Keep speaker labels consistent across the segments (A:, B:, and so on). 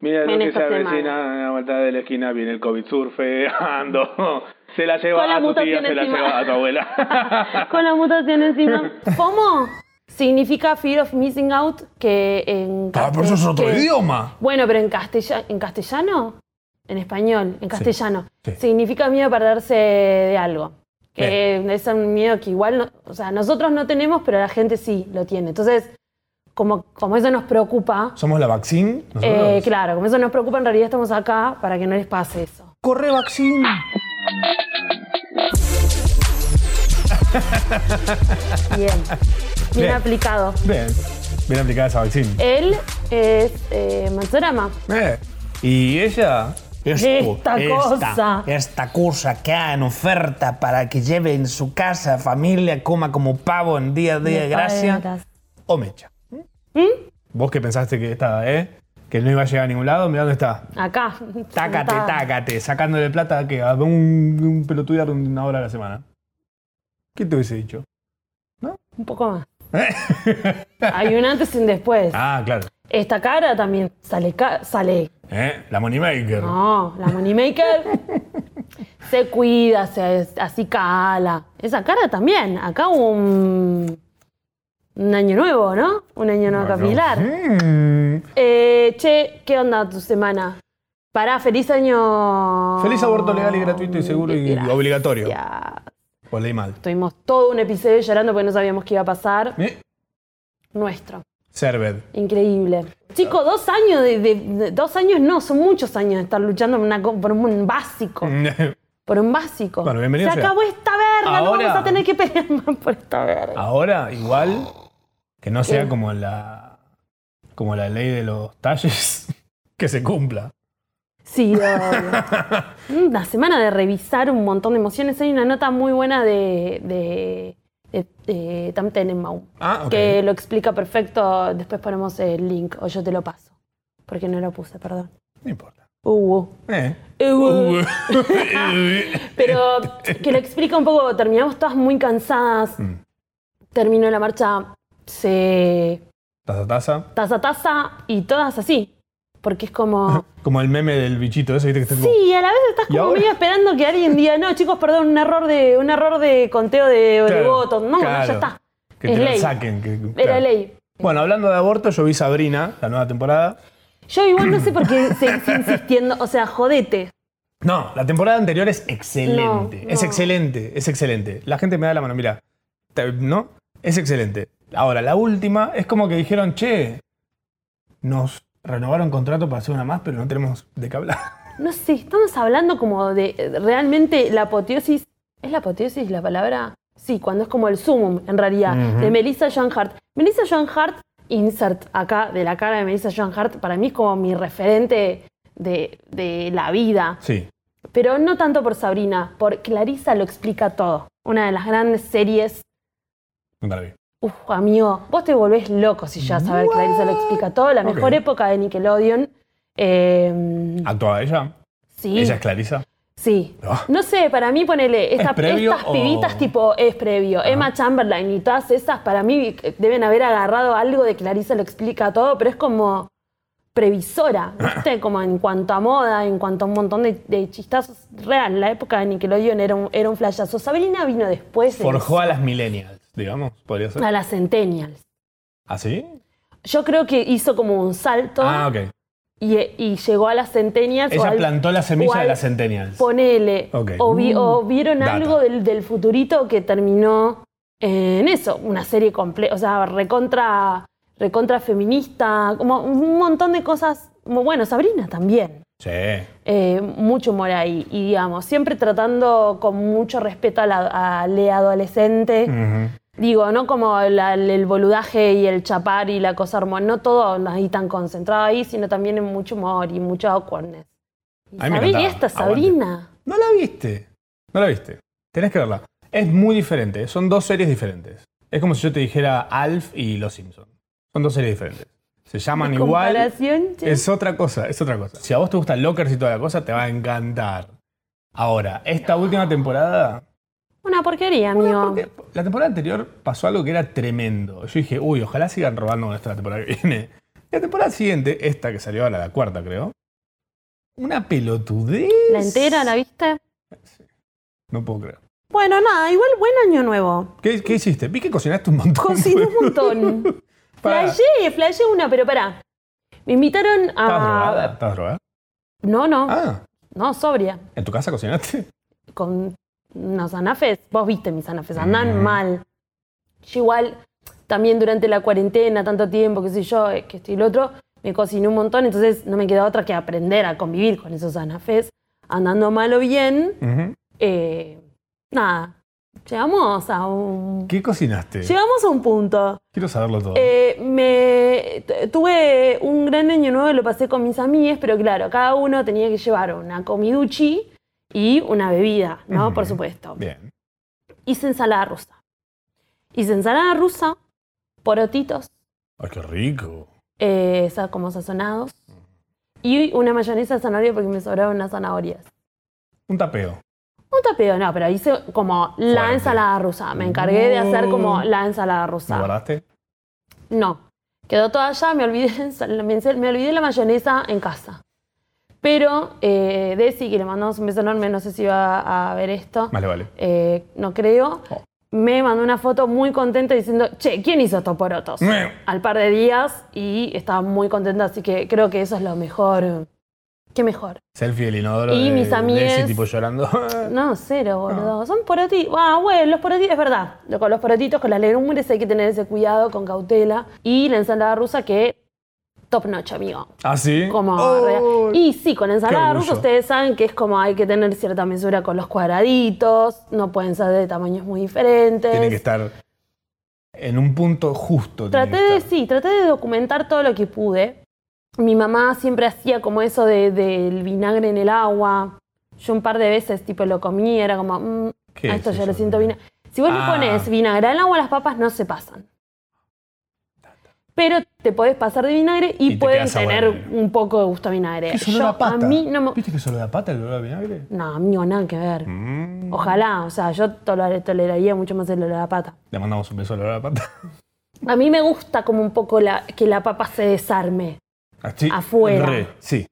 A: Mira lo
B: en
A: que se
B: esta
A: avecina en la vuelta de la esquina, viene el COVID surfeando, se la
B: Con
A: lleva
B: la
A: a tu tía,
B: mutación
A: se la
B: encima.
A: lleva a tu abuela.
B: Con la mutación encima. ¿Cómo? Significa fear of missing out, que en.
C: Ah, pero eso es
B: castell-
C: otro
B: que-
C: idioma.
B: Bueno, pero en, castella- en castellano, en español, en castellano,
C: sí.
B: significa miedo a perderse de algo. Que es un miedo que igual, no- o sea, nosotros no tenemos, pero la gente sí lo tiene. Entonces, como, como eso nos preocupa,
C: Somos la vaccine. nosotros.
B: eh, claro, como eso nos preocupa, en realidad estamos acá para que no les pase eso.
C: Corre vaccine.
B: Bien, bien
C: Bien.
B: aplicado.
C: Bien. Bien aplicada esa vaccine.
B: Él es eh, Matsurama.
C: Eh. Y ella.
B: Esta cosa.
D: Esta cosa que hay en oferta para que lleve en su casa, familia, coma como pavo en día de,
B: De ¿Mm?
D: gracia.
B: patas.
C: O mecha. Vos que pensaste que estaba, ¿eh? Que no iba a llegar a ningún lado, mira dónde está.
B: Acá.
C: Tácate,
B: Está-
C: tácate, sacándole plata que a un, un pelotudear una hora a la semana. ¿Qué te hubiese dicho? ¿Eh?
B: Un poco más. Hay un antes y un después.
C: Ah, claro.
B: Esta cara también sale, ca- sale.
C: ¿Eh? La Moneymaker.
B: No, la Moneymaker se cuida, se, así cala. Esa cara también. Acá hubo un, un año nuevo, ¿no? Un año nuevo capilar.
C: Mm.
B: Eh, che, ¿qué onda tu semana? Pará, feliz año.
C: Feliz aborto legal y gratuito y seguro y
B: Gracias.
C: obligatorio. O leí mal.
B: Tuvimos todo un episodio llorando porque no sabíamos qué iba a pasar.
C: Eh,
B: Nuestro.
C: Served.
B: Increíble. Chico, dos años de, de- de- Dos años no, son muchos años de estar luchando por, una co- por un básico. Por un básico.
C: Mm. Bueno, bienvenido
B: Se
C: sea.
B: acabó esta verga, no
C: Ahora-
B: vamos a tener que pelear más por esta verga.
C: Ahora, igual, que no sea como la, como la ley de los talles, que se cumpla.
B: Sí, obvio. Una semana de revisar un montón de emociones. Hay una nota muy buena de, de, de, de Tam Tenenbaum,
C: Ah, ok.
B: que lo explica perfecto. Después ponemos el link o yo te lo paso. Porque no lo puse, perdón.
C: No importa.
B: Uh, uh.
C: Eh.
B: Uh, uh. Pero que lo explica un poco, terminamos todas muy cansadas.
C: Mm.
B: Terminó la marcha se
C: Taza, taza.
B: taza taza y todas así. Porque es como.
C: Como el meme del bichito ese, ¿viste? Que está como-
B: Sí, y a la vez estás
C: ¿Y
B: como
C: ahora?
B: medio esperando que alguien diga, no, chicos, perdón, un error de, un error de conteo de, de
C: Claro,
B: votos. No,
C: claro.
B: ya está.
C: Que
B: es
C: te lo
B: ley.
C: saquen. que-
B: Era
C: claro.
B: ley.
C: Bueno, hablando de aborto, yo vi Sabrina, la nueva temporada.
B: Yo igual no sé por qué seguís insistiendo. O sea, jodete.
C: No, la temporada anterior es excelente.
B: No,
C: Es
B: no.
C: excelente, es excelente. La gente me da la mano, mira. te- ¿No? Es excelente. Ahora, la última es como que dijeron, che, nos renovaron contrato para hacer una más, pero no tenemos de qué hablar.
B: No sé, estamos hablando como de eh, realmente la apoteosis. ¿Es la apoteosis la palabra? Sí, cuando es como el sumum, en realidad, de Melissa Joan Hart. Melissa Joan Hart, insert acá, de la cara de Melissa Joan Hart, para mí es como mi referente de, de la vida.
C: Sí.
B: Pero no tanto por Sabrina, por Clarissa lo explica todo. Una de las grandes series.
C: Nunca la vi.
B: Uf, amigo, vos te volvés loco si ya saber Clarissa lo explica todo. La
C: Ok.
B: mejor época de Nickelodeon. Eh,
C: ¿Actuaba ella?
B: sí.
C: ¿Ella es Clarisa?
B: Sí.
C: Ah.
B: No sé, para mí ponele esta-
C: ¿Es previo
B: estas
C: o-
B: pibitas tipo es previo. Emma Chamberlain y todas esas para mí eh, deben haber agarrado algo de Clarissa lo explica todo, pero es como previsora, ¿viste? Como en cuanto a moda, en cuanto a un montón de, de chistazos. Real, la época de Nickelodeon era un, era un flashazo. Sabrina vino después de
C: Forjó a las millennials, digamos, podría ser.
B: a las Centennials.
C: ¿Ah, sí?
B: Yo creo que hizo como un salto
C: Ah, ok.
B: y, y llegó a las Centennials. o
C: Ella
B: al-
C: plantó la semilla
B: o
C: de
B: al-
C: las centennials.
B: Ponele.
C: Ok. Mm,
B: O, vi- o vieron
C: Data.
B: algo del, del futurito que terminó en eso. Una serie completa. O sea, recontra, recontra feminista. Como un montón de cosas. Como, Bueno, Sabrina también.
C: Sí.
B: Eh, mucho humor ahí. Y digamos, siempre tratando con mucho respeto a la- al adolescente.
C: Ujú.
B: Digo, no como la- el, el boludaje y el chapar y la cosa hermosa, no todo ahí tan concentrado ahí, sino también en mucho humor y mucha awkwardness. Y
C: A mí me
B: Sabri-
C: encantaba.
B: esta
C: Aguante.
B: Sabrina.
C: No la viste. No la viste. Tenés que verla. Es muy diferente. Son dos series diferentes. Es como si yo te dijera Alf y Los Simpsons. Son dos series diferentes. Se llaman
B: La
C: igual.
B: comparación, che.
C: Es otra cosa, es otra cosa. Si a vos te gusta Lockers y toda la cosa, te va a encantar. Ahora, esta última temporada.
B: Una porquería, amigo.
C: Porque la temporada anterior pasó algo que era tremendo. Yo dije, uy, ojalá sigan robando con esta la temporada que viene. Y La temporada siguiente, esta que salió ahora, la cuarta, creo. Una pelotudez.
B: ¿La entera la viste?
C: No puedo creer.
B: Bueno, nada, igual buen año nuevo.
C: ¿Qué, qué hiciste? Vi que cocinaste un montón.
B: Cociné un montón.
C: Pará.
B: Flayé, flayé una, pero pará. Me invitaron
C: ¿Estabas drogada?
B: a.
C: ¿Estabas drogada?
B: No, no,
C: Ah,
B: no, sobria.
C: ¿en tu casa cocinaste?
B: Con unos anafes. Vos viste mis anafes, andan
C: Mm.
B: mal. Yo igual, también durante la cuarentena, tanto tiempo, qué sé yo, eh, que esto y lo otro, me cociné un montón, entonces no me queda otra que aprender a convivir con esos anafes. Andando mal o bien,
C: Ujú.
B: eh, nada. Llegamos a un.
C: ¿Qué Ah. cocinaste?
B: Llegamos a un punto.
C: Quiero saberlo todo.
B: Eh, me t- tuve un gran año nuevo, lo pasé con mis amigues, pero claro, cada uno tenía que llevar una comiduchi y una bebida, ¿no?
C: Ujú.
B: Por supuesto.
C: Bien.
B: Hice ensalada rusa. Hice ensalada rusa, porotitos,
C: Ay, qué rico.
B: eh, sa- como sazonados, y una mayonesa de zanahoria porque me sobraron unas zanahorias.
C: Un tapeo.
B: Un tapeo, no, pero hice como la
C: Fuerte. Mm.
B: ensalada rusa. Me encargué de hacer como la ensalada
C: ¿Lo
B: rusa.
C: guardaste?
B: No. Quedó toda allá, me olvidé, me olvidé la mayonesa en casa. Pero eh, Desi, que le mandamos un beso enorme, no sé si va a ver esto,
C: Vale, vale.
B: eh, no creo,
C: Oh.
B: me mandó una foto muy contenta diciendo, che, ¿quién hizo estos porotos?
C: Mue.
B: Al par de días y estaba muy contenta, así que creo que eso es lo mejor. ¿Qué mejor?
C: Selfie del inodoro.
B: Y
C: de-
B: mis
C: de
B: amigues-
C: ese tipo llorando.
B: No, cero,
C: Ah.
B: gordo. Son porotitos. Ah, bueno, los porotitos, es verdad. Lo- Con los porotitos, con las legumbres hay que tener ese cuidado, con cautela. Y la ensalada rusa que top notch, amigo.
C: ¿Ah, sí?
B: Como
C: Oh,
B: real. Y sí, con la ensalada
C: orgullo.
B: rusa ustedes saben que es como hay que tener cierta mesura con los cuadraditos, no pueden ser de tamaños muy diferentes.
C: Tiene que estar en un punto justo. tiene
B: Traté
C: que
B: de,
C: estar.
B: sí, traté de documentar todo lo que pude. Mi mamá siempre hacía como eso de- del vinagre en el agua. Yo un par de veces tipo lo comí, era como, "Mm,
C: ¿Qué
B: a
C: es
B: esto yo
C: eso?
B: le siento vinagre. Si vos
C: Ah.
B: le pones vinagre al agua, las papas no se pasan. Pero te podés pasar de vinagre
C: Y te
B: y,
C: queda
B: pueden
C: sabor a
B: tener
C: vinagre.
B: un poco de gusto a vinagre.
C: ¿Qué solo
B: Yo-
C: la pata?
B: A mí no me...
C: ¿Viste que solo la pata el olor a vinagre?
B: No, amigo, nada que ver.
C: Mm.
B: Ojalá, o sea, yo toler- toleraría mucho más el olor a la pata.
C: Mm. Le mandamos un beso al olor a la pata.
B: A mí me gusta como un poco la, que la papa se desarme,
C: Así,
B: Afuera.
C: re, sí.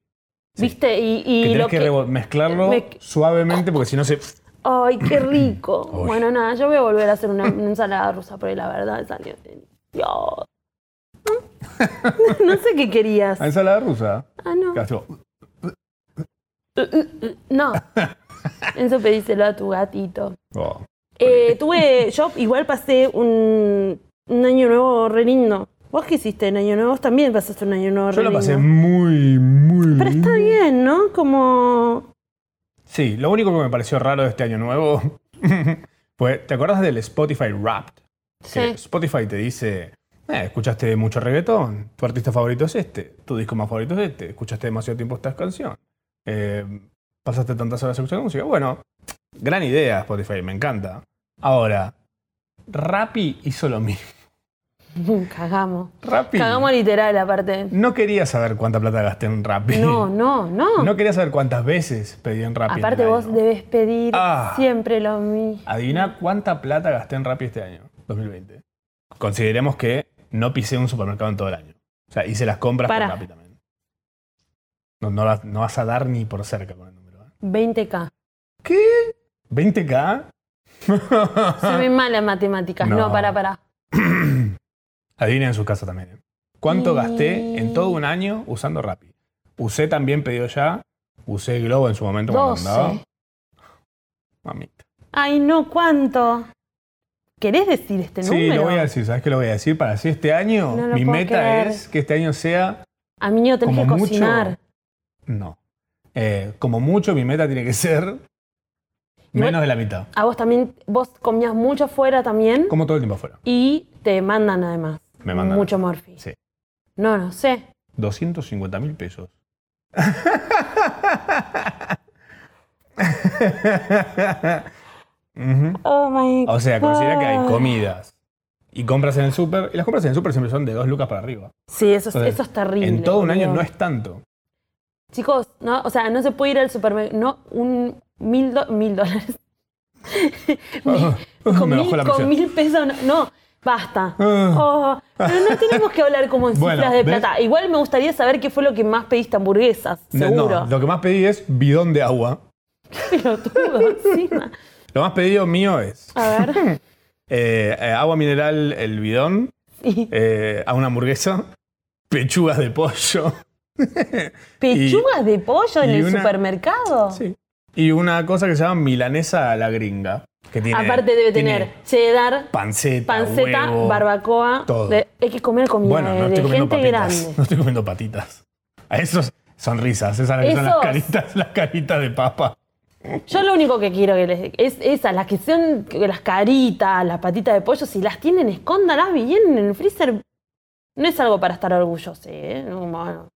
C: Sí.
B: ¿viste? Y, y
C: que tenés
B: lo
C: que,
B: que-
C: revo- mezclarlo
B: me-
C: suavemente porque si no se...
B: Ay, qué rico.
C: Uy.
B: Bueno, nada, yo voy a volver a hacer una, una ensalada rusa, porque la verdad salió delicioso. No sé qué querías.
C: ¿A ensalada rusa?
B: Ah, no. Eh,
C: Que hago-
B: No. Eso pedíselo a tu gatito.
C: Oh.
B: Eh, tuve, yo igual pasé un, un año nuevo re lindo. ¿Vos qué hiciste en año nuevo? Vos también pasaste un año nuevo
C: Yo
B: re
C: la pasé
B: lindo.
C: muy, muy
B: Pero está bien, ¿no? Como...
C: Sí, lo único que me pareció raro de este año nuevo fue, ¿te acuerdas del Spotify Wrapped? Que
B: Sí.
C: Eh, Spotify te dice, "Eh, escuchaste mucho reggaetón, tu artista favorito es este, tu disco más favorito es este, escuchaste demasiado tiempo esta canción, eh, pasaste tantas horas escuchando música. Bueno, gran idea Spotify, me encanta. Ahora, Rappi hizo lo mismo.
B: Cagamos.
C: Rappi
B: Cagamos literal, aparte.
C: no quería saber cuánta plata gasté en Rappi.
B: No, no, no.
C: No quería saber cuántas veces pedí en Rappi. en el
B: aparte vos
C: año.
B: debes pedir
C: Ah.
B: siempre lo mismo.
C: Adivina cuánta plata gasté en Rappi este año, 2020. Consideremos que no pisé un supermercado en todo el año. O sea, hice las compras
B: Pará.
C: por Rappi también. No, no las- no vas a dar ni por cerca con el número. ¿eh?
B: 20k.
C: ¿Qué? ¿20k?
B: Soy muy mala en matemáticas.
C: No.
B: Ah. No, para, para.
C: Adivina en su casa también. ¿eh? ¿Cuánto
B: Y-
C: gasté en todo un año usando Rappi? Usé también pedido ya. Usé Globo en su momento cuando andaba.
B: 12.
C: Mamita.
B: Ay, no, ¿cuánto? ¿Querés decir este
C: Sí,
B: número?
C: lo voy a decir. ¿Sabes qué lo voy a decir? Para así este año,
B: No lo
C: mi
B: puedo
C: meta
B: creer.
C: es que este año sea
B: A mí no tenés
C: como
B: que
C: mucho-
B: cocinar.
C: No. Eh, como mucho, mi meta tiene que ser menos de la mitad.
B: A vos también, vos comías mucho afuera también
C: Como todo el tiempo afuera.
B: y te mandan además.
C: Me mandan.
B: Mucho morfi.
C: Sí.
B: No, no sé.
C: 250 mil pesos. Ujú.
B: Oh my
C: O sea, considera que hay
B: God.
C: comidas y compras en el súper. Y las compras en el súper siempre son de dos lucas para arriba.
B: Sí, eso, es-
C: Entonces,
B: eso es terrible.
C: en todo un año
B: boludo.
C: no es tanto.
B: Chicos, no, o sea, no se puede ir al supermercado. No, un mil, do- mil dólares.
C: Me
B: con, mil,
C: Oh, bajó la
B: con
C: presión.
B: mil pesos. No, no, Basta.
C: Ah.
B: Oh, pero no tenemos que hablar como en
C: Bueno,
B: cifras de
C: ¿ves?
B: plata. Igual me gustaría saber qué fue lo que más pediste hamburguesas,
C: No,
B: seguro.
C: No, lo que más pedí es bidón de agua.
B: Pelotudo, encima.
C: Lo más pedido mío es
B: A ver.
C: eh, eh, agua mineral, el bidón,
B: Y-
C: eh, a una hamburguesa, pechugas de pollo
B: ¿Pechugas de pollo en
C: y
B: el
C: una-
B: supermercado?
C: sí, y una cosa que se llama milanesa a la gringa. Que tiene,
B: Aparte debe
C: tiene
B: tener cheddar,
C: panceta,
B: panceta,
C: huevo.
B: barbacoa.
C: todo.
B: de- hay que comer comida
C: Bueno,
B: de,
C: no
B: de
C: estoy comiendo
B: gente
C: patitas.
B: grande.
C: No estoy comiendo patitas. A esos sonrisas, esas que son las
B: Esos.
C: caritas, las caritas de papa.
B: Yo lo único que quiero que les, es esas, las que son las caritas, las patitas de pollo, si las tienen, escóndalas bien en el freezer. No es algo para estar orgulloso, ¿eh? No, bueno.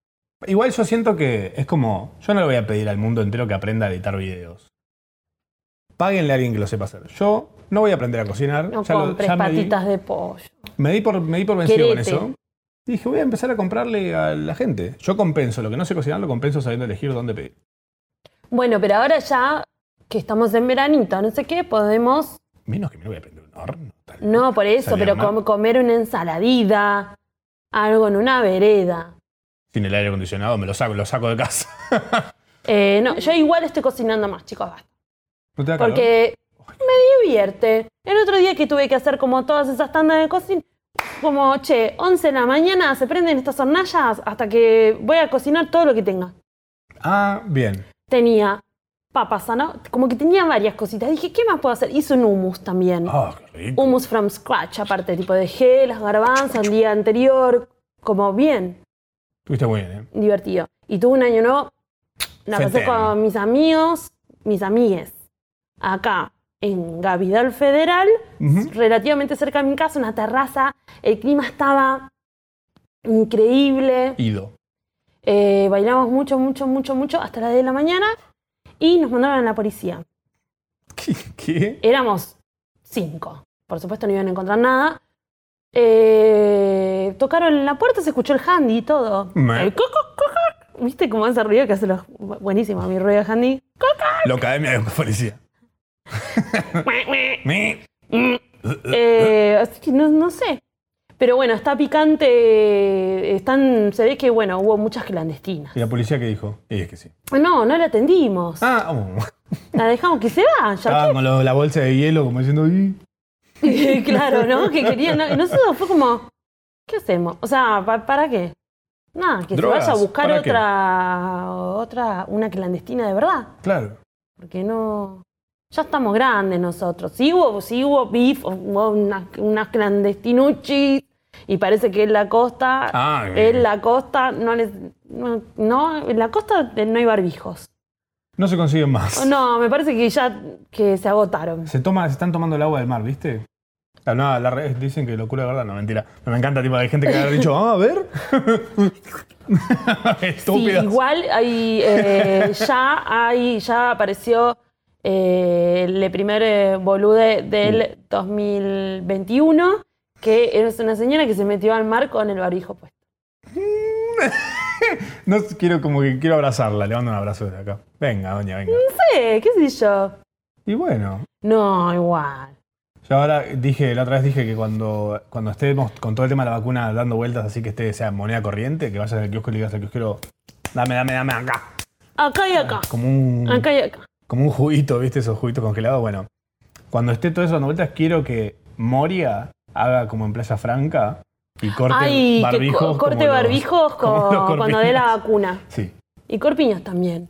C: Igual yo siento que es como, yo no le voy a pedir al mundo entero que aprenda a editar videos. Páguenle a alguien que lo sepa hacer. Yo no voy a aprender a cocinar.
B: No
C: ya lo-
B: compres
C: ya me di-
B: patitas de pollo.
C: Me di por, me di por vencido
B: Querete.
C: con eso. Y dije, voy a empezar a comprarle a la gente. Yo compenso, lo que no sé cocinar lo compenso sabiendo elegir dónde pedir.
B: Bueno, pero ahora ya que estamos en veranito, no sé qué, podemos.
C: Menos que me lo voy a aprender un horno. tal.
B: No, por eso,
C: Salir a
B: pero
C: armar.
B: com- comer una ensaladita, algo en una vereda.
C: Sin el aire acondicionado me lo saco, lo saco de casa.
B: Eh, no, yo igual estoy cocinando más, chicos, basta.
C: ¿No te da calor?
B: Porque me divierte. El otro día que tuve que hacer como todas esas tandas de cocina, como, che, 11 de la mañana se prenden estas hornallas hasta que voy a cocinar todo lo que tenga.
C: Ah, bien.
B: Tenía papas, ¿no? como que tenía varias cositas. Dije, ¿qué más puedo hacer? Hice un hummus también.
C: Ah, qué rico.
B: Hummus from scratch, aparte, tipo dejé las garbanzas el día anterior, como bien,
C: Estuviste muy bien, ¿eh?
B: divertido. Y tuve un año nuevo, la pasé
C: Fetén.
B: con mis amigos, mis amigues, acá en Gavidal Federal,
C: ¿eh? Ujú.
B: relativamente cerca de mi casa, una terraza, el clima estaba increíble,
C: Ido.
B: eh, bailamos mucho, mucho, mucho, mucho, hasta las 10 de la mañana, y nos mandaron a la policía.
C: ¿Qué? ¿Qué?
B: Éramos cinco. Por supuesto no iban a encontrar nada. Eh, tocaron la puerta, se escuchó el handy y todo.
C: Me-
B: El coc, coc, coc, coc. ¿Viste cómo ese ruido que hace los... Buenísimo, mi ruido de handy.
C: La academia de policía. Me-
B: Eh, así que no, no sé. Pero bueno, está picante. eh, Están, se ve que, bueno, hubo muchas clandestinas.
C: ¿Y la policía qué dijo? Y es que sí.
B: No, no la atendimos.
C: Ah, oh.
B: La dejamos que se vaya.
C: estaba con lo- la bolsa de hielo como diciendo, "Y".
B: ¿qué? claro, ¿no? Que querían... no- Nosotros fue como... ¿Qué hacemos? O sea, ¿pa- ¿para qué? Nada, que
C: Drogas,
B: se vaya a buscar
C: ¿para qué?
B: otra... Otra... Una clandestina de verdad.
C: claro.
B: Porque no... Ya estamos grandes nosotros. Sí hubo, sí hubo beef, hubo unas, unas clandestinuchis. Y parece que en la costa...
C: Ah,
B: En la costa no les... No, no, en la costa no hay barbijos.
C: no se consiguen más.
B: No, me parece que ya que se agotaron.
C: Se, toma, se están tomando el agua del mar, ¿viste? Ah, no, la re- dicen que locura de verdad, no, mentira. Pero me encanta, tipo, hay gente que ha dicho, ah, a ver.
B: Sí,
C: Estúpidas.
B: igual hay, eh, ya hay, ya apareció eh, el primer eh, bolude del 2021, que es una señora que se metió al mar con el barbijo puesto.
C: No quiero como que quiero abrazarla, le mando un abrazo desde acá. Venga, doña, venga.
B: Sí, qué sé yo.
C: Y bueno,
B: No, igual.
C: Yo ahora dije, la otra vez dije que cuando, cuando estemos con todo el tema de la vacuna dando vueltas, así que esté sea moneda corriente, que vayas al kiosco y le digas al kiosquero, dame, dame, dame acá.
B: Acá y acá.
C: Como un,
B: Acá y acá.
C: como un juguito, ¿viste? Esos juguitos congelados. Bueno, cuando esté todo eso dando vueltas, quiero que Moria haga como en Playa Franca y corte
B: Ay, que
C: barbijos.
B: co- corte
C: como los-
B: barbijos
C: como
B: con-
C: los
B: cuando dé la
C: corpiños.
B: vacuna.
C: Sí.
B: Y corpiños también.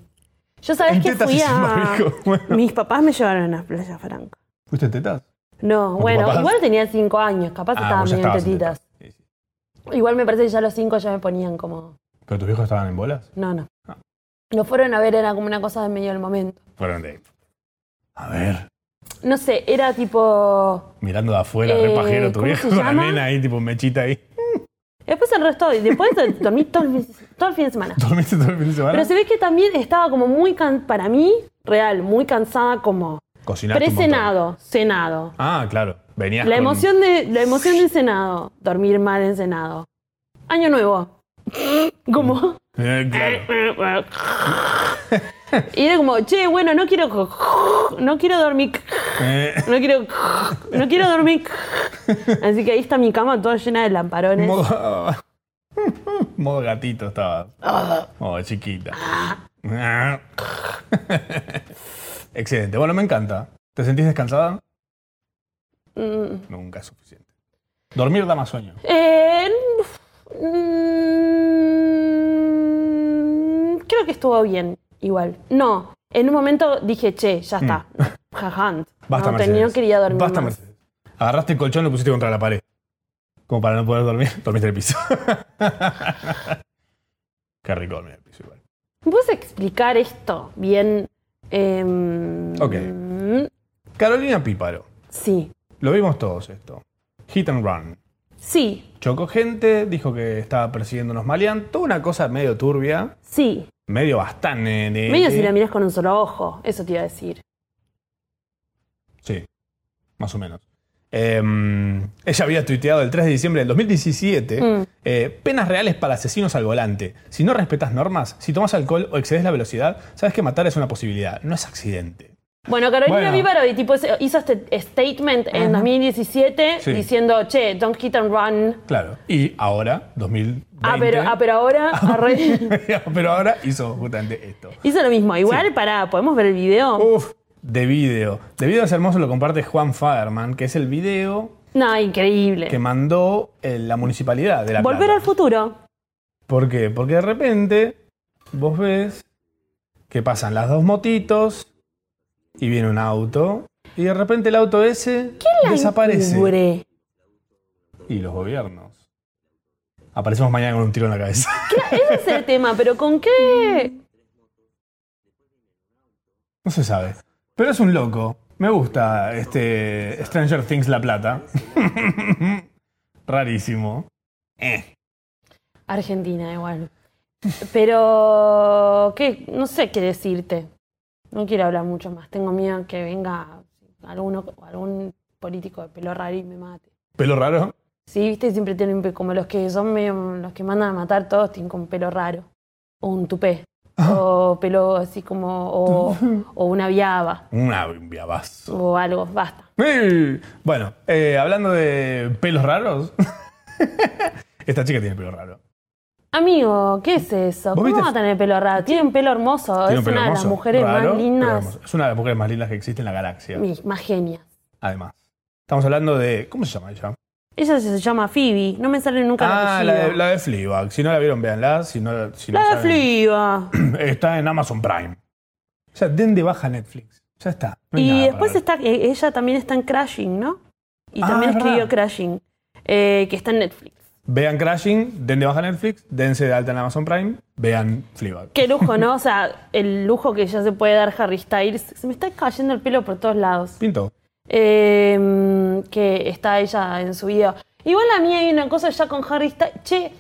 B: Yo sabes
C: En
B: que
C: tetas
B: fui
C: y sin
B: a...
C: barbijo. Bueno.
B: Mis papás me llevaron a la Playa Franca.
C: ¿Fuiste en tetas?
B: No,
C: ¿Con
B: bueno,
C: papás?
B: igual tenía cinco años, capaz
C: Ah,
B: estaban
C: vos ya
B: bien
C: estabas en
B: tetitas.
C: tetas. Sí, sí.
B: Igual me parece que ya a los cinco ya me ponían como.
C: ¿Pero tus viejos estaban en bolas?
B: No, no.
C: Ah.
B: Lo fueron a ver, era como una cosa de medio del momento.
C: Fueron de... A ver...
B: No sé, era tipo.
C: Mirando de afuera,
B: Eh,
C: re pajero tu
B: ¿cómo
C: viejo
B: se
C: con la
B: llama?
C: nena ahí, tipo mechita ahí.
B: Después el resto, y después dormí todo el, fin- todo el fin de semana.
C: ¿Dormiste todo el fin de semana?
B: Pero se ve que también estaba como muy, can- para mí, real, muy cansada, como
C: Cocinaste un montón.
B: pre-cenado, cenado.
C: Ah, claro. Venías
B: La
C: con-
B: emoción, de, la emoción del cenado, dormir mal en cenado. Año nuevo. Como.
C: Eh, claro.
B: Y era como, che, bueno, no quiero. co- No quiero dormir.
C: Eh,
B: No quiero. No quiero dormir. Así que ahí está mi cama toda llena de lamparones.
C: Modo, modo gatito estaba.
B: Ah.
C: Oh, chiquita. Ah. Excelente. Bueno, me encanta. ¿Te sentís descansada?
B: Mm.
C: Nunca es suficiente. Dormir da más sueño.
B: Eh, uf, mm, creo que estuvo bien, igual. No, en un momento dije, che, ya está. Jajant.
C: Mm. Basta,
B: no,
C: Mercedes.
B: tenía- no quería dormir.
C: Basta,
B: más.
C: Mercedes. Agarraste el colchón y lo pusiste contra la pared. Como para no poder dormir, dormiste en el piso. Qué rico dormir en el piso igual.
B: ¿Me puedes explicar esto bien? Em,
C: Ok. Carolina Píparo.
B: Sí.
C: Lo vimos todos esto. Hit and run.
B: Sí,
C: Chocó gente, dijo que estaba persiguiendo unos maleantes. Toda una cosa medio turbia,
B: sí.
C: medio bastante. de-
B: Medio si la miras con un solo ojo, eso te iba a decir.
C: Sí, más o menos. Em, ella había tuiteado el 3 de diciembre del 2017
B: Mm.
C: eh, penas reales para asesinos al volante. Si no respetas normas, si tomas alcohol o excedes la velocidad, sabes que matar es una posibilidad, no es accidente.
B: Bueno, Carolina
C: Bueno.
B: Vívaro y tipo, hizo este statement en 2017
C: Sí.
B: diciendo, che, don't hit and run.
C: Claro. Y ahora, 2020.
B: Ah, pero, ah, pero ahora arre-
C: pero ahora hizo justamente esto.
B: hizo lo mismo. Igual, pará, ¿podemos ver el video?
C: Uf, de video. De video es hermoso, lo comparte Juan Fagerman, que es el video
B: No, increíble.
C: que mandó eh, la municipalidad de la Plata.
B: Volver al futuro.
C: ¿Por qué? Porque de repente vos ves que pasan las dos motitos y viene un auto y de repente el auto ese desaparece.
B: Pobre.
C: Y los gobiernos. Aparecemos mañana con un tiro en la cabeza.
B: Ese es el tema, pero ¿con qué?
C: No se sabe. Pero es un loco. Me gusta este Stranger Things La Plata. Rarísimo.
B: Argentina, igual. Pero, ¿qué? No sé qué decirte. No quiero hablar mucho más. Tengo miedo que venga alguno, algún político de pelo raro y me mate.
C: Pelo raro.
B: Sí, viste, siempre tienen pe- como los que son medio- los que mandan a matar todos tienen como pelo raro. O un tupé.
C: Ah.
B: O pelo así como. O, o una viaba.
C: Una- Un viabazo.
B: O algo. Basta.
C: ¡Ey! Bueno, eh, hablando de pelos raros. Esta chica tiene pelo raro.
B: Amigo, ¿qué es eso?
C: ¿Vos
B: ¿Cómo
C: viste-
B: va a tener pelo raro? Tiene un pelo hermoso.
C: Tiene
B: es
C: un pelo
B: una de
C: hermoso,
B: las mujeres
C: raro,
B: más
C: pero
B: lindas,
C: hermoso. Es una de las mujeres más lindas que existe en la galaxia.
B: mi- más genias.
C: Además. Estamos hablando de. ¿Cómo se llama ella?
B: Ella se llama Phoebe. No me sale nunca
C: Ah,
B: el
C: la de,
B: apellido.
C: la de Fleabag. Si no la vieron, véanla. Si no, la- si no
B: La de
C: saben,
B: Fliba.
C: Está en Amazon Prime. O sea, den de baja Netflix. Ya está. No hay
B: Y
C: nada
B: después
C: para ver.
B: está, eh, ella también está en Crashing, ¿no? Y
C: Ah,
B: también
C: es
B: escribió
C: verdad.
B: Crashing, eh, que está en Netflix.
C: Vean Crashing, den de baja Netflix, dense de alta en Amazon Prime, vean Fleabag.
B: Qué lujo, ¿no? O sea, el lujo que ya se puede dar Harry Styles. Se me está cayendo el pelo por todos lados.
C: Pinto.
B: Eh, que está ella en su video. Igual a mí hay una cosa ya con Harry Styles. Che,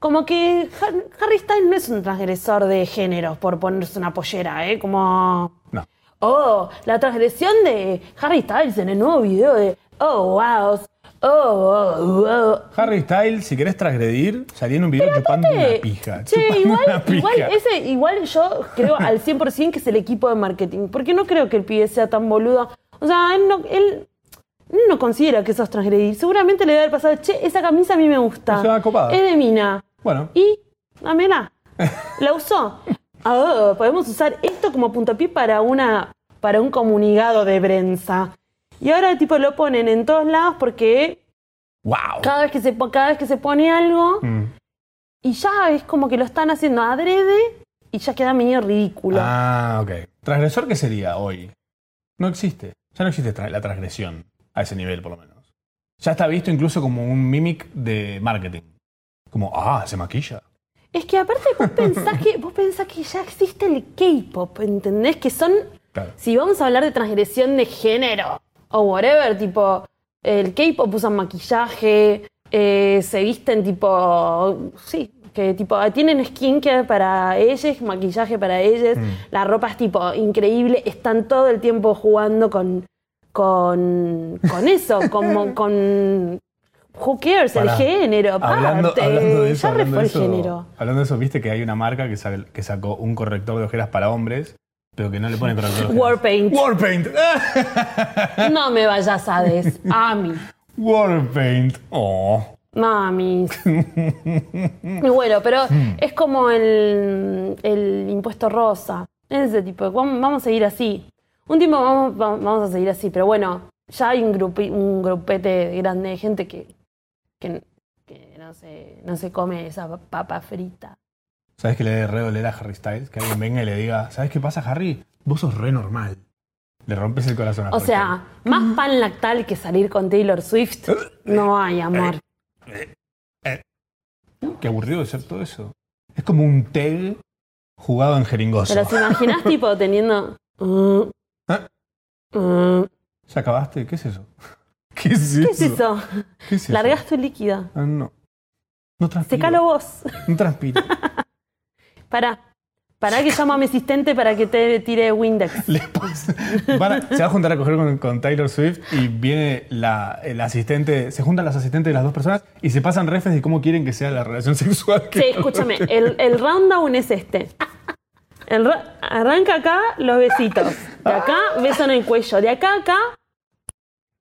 B: como que Har- Harry Styles no es un transgresor de género por ponerse una pollera, ¿eh? Como.
C: No.
B: Oh, la transgresión de Harry Styles en el nuevo video de Oh, wow. Oh, oh, wow.
C: Harry Styles, si querés transgredir, salí en un video chupando una pija.
B: Che,
C: chupando
B: igual,
C: una pija.
B: igual, ese, igual yo creo al 100% que es el equipo de marketing. Porque no creo que el pibe sea tan boludo. O sea, él no, él, él no considera que eso es transgredir. Seguramente le debe haber pasado, che, esa camisa a mí me gusta.
C: Es una copada.
B: Es de mina.
C: Bueno,
B: Y, dámela. La usó. Ah, podemos usar esto como puntapié para, una, para un comunicado de prensa. Y ahora, tipo, lo ponen en todos lados porque
C: wow.
B: cada vez que se, po- cada vez que se pone algo...
C: Mm.
B: Y ya es como que lo están haciendo adrede y ya queda medio ridículo.
C: Ah, ok. ¿Transgresor qué sería hoy? No existe. Ya no existe tra- la transgresión a ese nivel, por lo menos. Ya está visto incluso como un mimic de marketing. Como, ah, se maquilla.
B: Es que aparte vos pensás que, vos pensás que ya existe el K-pop, ¿entendés? Que son,
C: Claro.
B: si vamos a hablar de transgresión de género o whatever, tipo, el K-pop usan maquillaje, eh, se visten tipo, sí, que tipo, tienen skincare para ellas, maquillaje para ellas,
C: Mm.
B: la ropa es tipo increíble, están todo el tiempo jugando con, con, con eso, como con... Who cares?
C: Pará.
B: El género,
C: Hablando,
B: aparte.
C: hablando de eso,
B: ya
C: hablando de
B: refue el
C: eso,
B: género.
C: hablando de eso, viste que hay una marca que, sa- que sacó un corrector de ojeras para hombres Pero que no le ponen corrector.
B: Warpaint.
C: Warpaint.
B: No me vayas a des. Ami.
C: Warpaint. Oh.
B: Mami. Y bueno, pero es como el, el impuesto rosa. Ese tipo, de- vam- vamos a seguir así. Un tiempo vamos, va- vamos a seguir así, pero bueno, ya hay un, grupi- un grupete grande de gente que, que, que no, se, no se come esa papa frita.
C: ¿Sabes que le debe re doler a Harry Styles? Que alguien venga y le diga, ¿sabes qué pasa, Harry? Vos sos re normal. Le rompes el corazón a
B: O
C: Harry
B: sea, más pan lactal que salir con Taylor Swift no hay, amor.
C: Styles. Qué aburrido de ser todo eso. Es como un tag jugado en jeringoso.
B: Pero te imaginas tipo teniendo... Mm,
C: ¿Ah?
B: mm,
C: ¿Ya acabaste? ¿Qué es eso? ¿Qué es eso?
B: ¿Qué es eso?
C: ¿Qué es eso?
B: Largas tu líquido.
C: Ah, no. No transpiro.
B: Secalo vos.
C: No transpiro.
B: Pará. Pará que llamo a mi asistente para que te tire Windex.
C: Le pasa- van a- se va a juntar a coger con, con Taylor Swift y viene la, el asistente, se juntan las asistentes de las dos personas y se pasan refes de cómo quieren que sea la relación sexual. que
B: Sí,
C: todos
B: escúchame.
C: tengan.
B: El, el rundown es este. El ra- arranca acá los besitos. De acá, beso en el cuello. De acá a acá,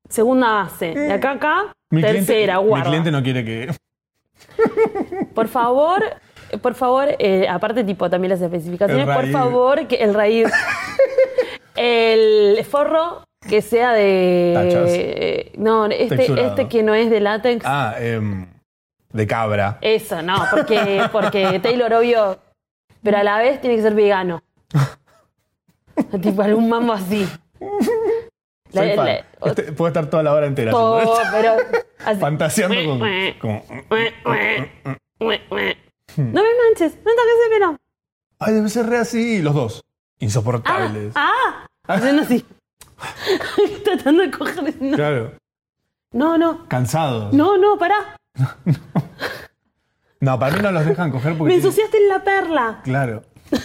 B: segunda base. De acá a acá,
C: Eh. Mi cliente-
B: tercera, guarda.
C: Mi cliente no quiere que...
B: Por favor, eh, por favor, eh, aparte tipo también las especificaciones,
C: El
B: por
C: raíz.
B: favor, que el raíz, el forro que sea de...
C: Tachas.
B: eh, No, este,
C: Texturado.
B: este que no es de látex.
C: Ah, em, de cabra.
B: Eso, no, porque, porque Taylor obvio, pero a la vez tiene que ser vegano. tipo algún mambo así. La-
C: Soy fan.
B: la- o-
C: Este- puedo estar toda la hora entera.
B: po-
C: haciendo esto.
B: pero así.
C: Fantaseando con... como,
B: No me manches, no toques el pelo.
C: Ay, debe ser re así. Los dos. Insoportables.
B: Ah, haciendo así. Tratando de coger. No,
C: Claro.
B: no, no,
C: Cansados.
B: ah. no, no, pará.
C: No, para mí no los dejan coger porque...
B: Me
C: tienen-
B: ensuciaste en la perla.
C: Claro.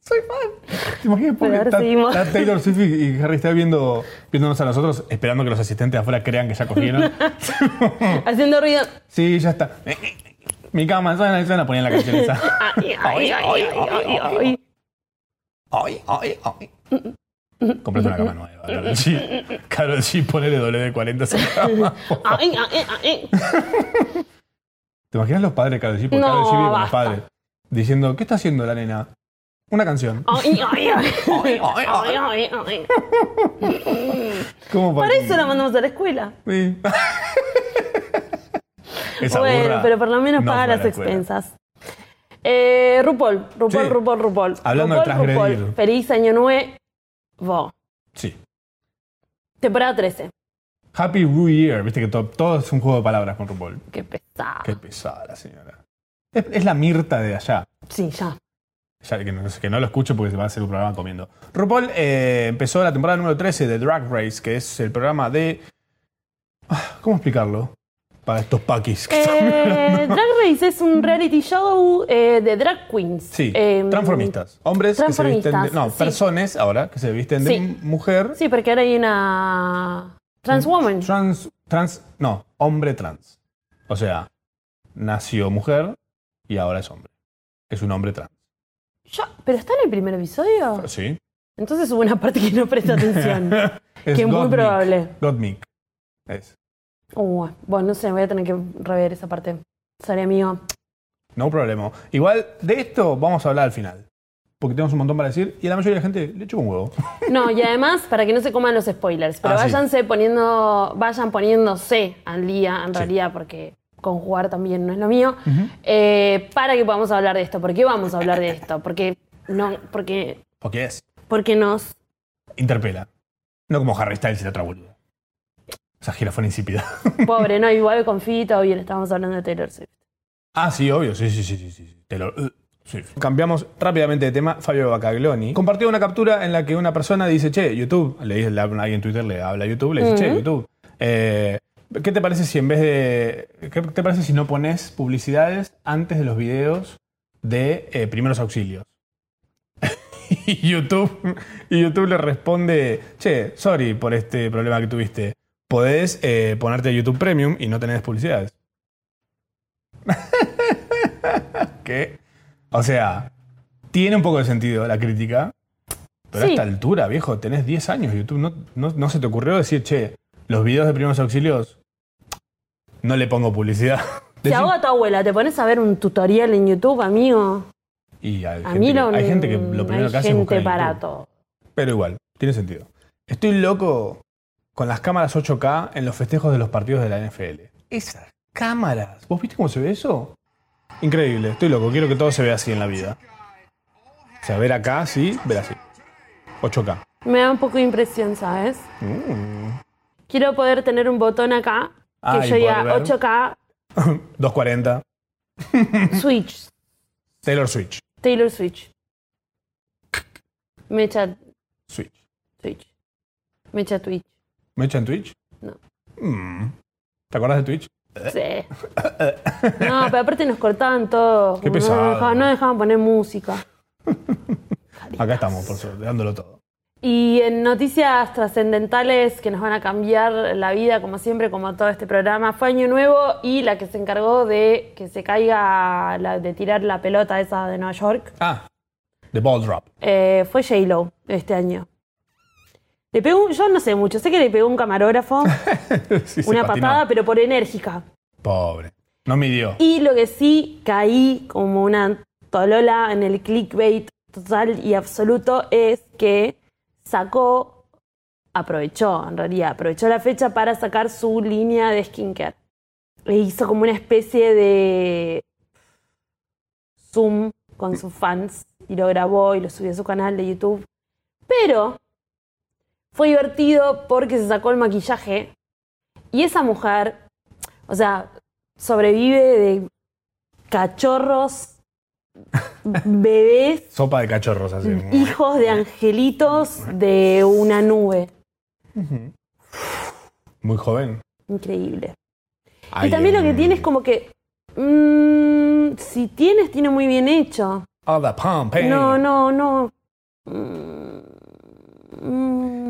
C: Soy fan. ¿Te imaginas? Porque
B: Pero ahora
C: está,
B: seguimos.
C: está Taylor Swift y y Harry está viendo, viéndonos a nosotros, esperando que los asistentes afuera crean que ya cogieron.
B: Haciendo ruido.
C: sí, ya está. Mi cama suena y suena, ponían la canción esa.
B: Ay, ay, ay, ay, ay, ay.
C: Ay, ay, ay. Comprate una cama nueva, Carol G. Carol G, ponele doble de 40 a esa cama.
B: Ay, ay, ay, ay.
C: ¿Te imaginas los padres de Carol G? Porque
B: No,
C: Karol G vive con los
B: basta.
C: padres. Diciendo, ¿qué está haciendo la nena? Una canción.
B: Ay, ay, ay.
C: Ay, ay, ay.
B: Ay, ay, ay.
C: ¿Cómo
B: Por eso la mandamos a la escuela.
C: Sí. Esa
B: bueno,
C: burra
B: pero por lo menos
C: no fue
B: paga
C: a
B: las
C: la escuela.
B: expensas. Eh, RuPaul, RuPaul,
C: Sí.
B: RuPaul, RuPaul.
C: Hablando de
B: RuPaul,
C: transgredir.
B: RuPaul. Feliz año nuevo.
C: Sí.
B: Temporada 13.
C: Happy New Year. Viste que to- todo, es un juego de palabras con RuPaul.
B: Qué pesado.
C: Qué pesada, señora. Es, es la Mirta de allá.
B: Sí, ya.
C: Ya que, no, que no lo escucho porque se va a hacer un programa comiendo. RuPaul eh, empezó la temporada número 13 de Drag Race, que es el programa de... Ah, ¿Cómo explicarlo? Para estos paquis. que están
B: Eh, Drag Race es un reality show eh, de drag queens.
C: Sí,
B: Eh,
C: transformistas. Hombres que se
B: transformistas,
C: visten de... No,
B: sí.
C: personas ahora que se visten de
B: Sí.
C: m- mujer.
B: Sí, porque ahora hay una trans woman.
C: Trans, trans, no, hombre trans. O sea, nació mujer y ahora es hombre. Es un hombre trans.
B: Yo- ¿Pero está en el primer episodio?
C: Sí.
B: Entonces hubo una parte que no presta atención.
C: Es
B: que es muy
C: Gottmik.
B: probable.
C: Gottmik. Es.
B: Uh, bueno, no sé, voy a tener que rever esa parte. Sorry, amigo.
C: No problema. Igual, de esto vamos a hablar al final. Porque tenemos un montón para decir y a la mayoría de la gente le chupa un huevo.
B: No, y además, para que no se coman los spoilers, pero
C: Ah, sí.
B: váyanse poniendo, vayan poniéndose al día, en
C: Sí.
B: realidad, porque conjugar también no es lo mío, eh, para que podamos hablar de esto. ¿Por qué vamos a hablar de esto? Porque no, porque,
C: Porque es.
B: porque nos.
C: Interpela. No como Harry Styles y la otra boluda. Esa gira fue insípida.
B: Pobre, no, igual confito, bien, estamos hablando de Taylor Swift.
C: Ah, sí, obvio, sí, sí, sí, sí, sí. sí. Te lo- uh, sí. Cambiamos rápidamente de tema. Fabio Bacaglioni compartió una captura en la que una persona dice, che, YouTube, le dice, le habla- alguien en Twitter le habla a YouTube, le dice, che, YouTube, eh, ¿qué te parece si en vez de, qué te parece si no pones publicidades antes de los videos de eh, primeros auxilios? y YouTube, y YouTube le responde, che, sorry por este problema que tuviste. Podés eh, ponerte YouTube Premium y no tenés publicidades. ¿Qué? O sea, Tiene un poco de sentido la crítica. Pero
B: Sí.
C: a esta altura, viejo, tenés 10 años YouTube. ¿No, no, no se te ocurrió decir, che, los videos de primeros auxilios no le pongo publicidad?
B: Te
C: Decir-
B: ahoga tu abuela, te pones a ver un tutorial en YouTube, amigo.
C: y hay,
B: A
C: gente
B: mí
C: que,
B: lo,
C: hay gente que lo primero
B: hay
C: que hace es
B: gente
C: buscar en
B: para
C: YouTube.
B: todo.
C: Pero igual, tiene sentido. Estoy loco con las cámaras 8K en los festejos de los partidos de la NFL. Esas cámaras. ¿Vos viste cómo se ve eso? Increíble, estoy loco. Quiero que todo se vea así en la vida. O sea, ver acá, sí, ver así. 8K.
B: Me da un poco de impresión, ¿sabes?
C: Mm.
B: Quiero poder tener un botón acá
C: Ah,
B: que
C: y
B: yo diga
C: poder ver.
B: 8K
C: 240.
B: Switch,
C: Taylor Switch.
B: Taylor Switch. Mecha
C: Switch.
B: Twitch. Mecha Twitch.
C: ¿Me echan Twitch?
B: No.
C: Mm. ¿Te acordás de Twitch?
B: Sí. No, pero aparte nos cortaban todo.
C: Qué
B: como no nos
C: pesado.
B: dejaban- no nos dejaban poner música.
C: Acá estamos, por suerte, dándolo todo.
B: Y en noticias trascendentales que nos van a cambiar la vida, como siempre, como todo este programa, fue Año Nuevo y la que se encargó de que se caiga, la- de tirar la pelota esa de Nueva York,
C: Ah, The Ball Drop.
B: eh, fue J-Lo este año. Le pegó, un- yo no sé mucho, sé que le pegó un camarógrafo
C: Sí, se
B: una
C: patinó.
B: patada, pero por enérgica.
C: Pobre. No midió.
B: Y lo que sí caí como una tolola en el clickbait total y absoluto es que sacó, aprovechó en realidad, aprovechó la fecha para sacar su línea de skincare. Le hizo como una especie de Zoom con sus fans y lo grabó y lo subió a su canal de YouTube. Pero fue divertido porque se sacó el maquillaje y esa mujer, o sea, sobrevive de cachorros, bebés,
C: Sopa de cachorros así.
B: hijos de angelitos de una nube.
C: Ujú. Muy joven.
B: Increíble.
C: Ay,
B: y también lo que
C: em,
B: tiene es como que. mm, si tienes, tiene muy bien hecho.
C: All the pump, eh.
B: No, no, no. Mm,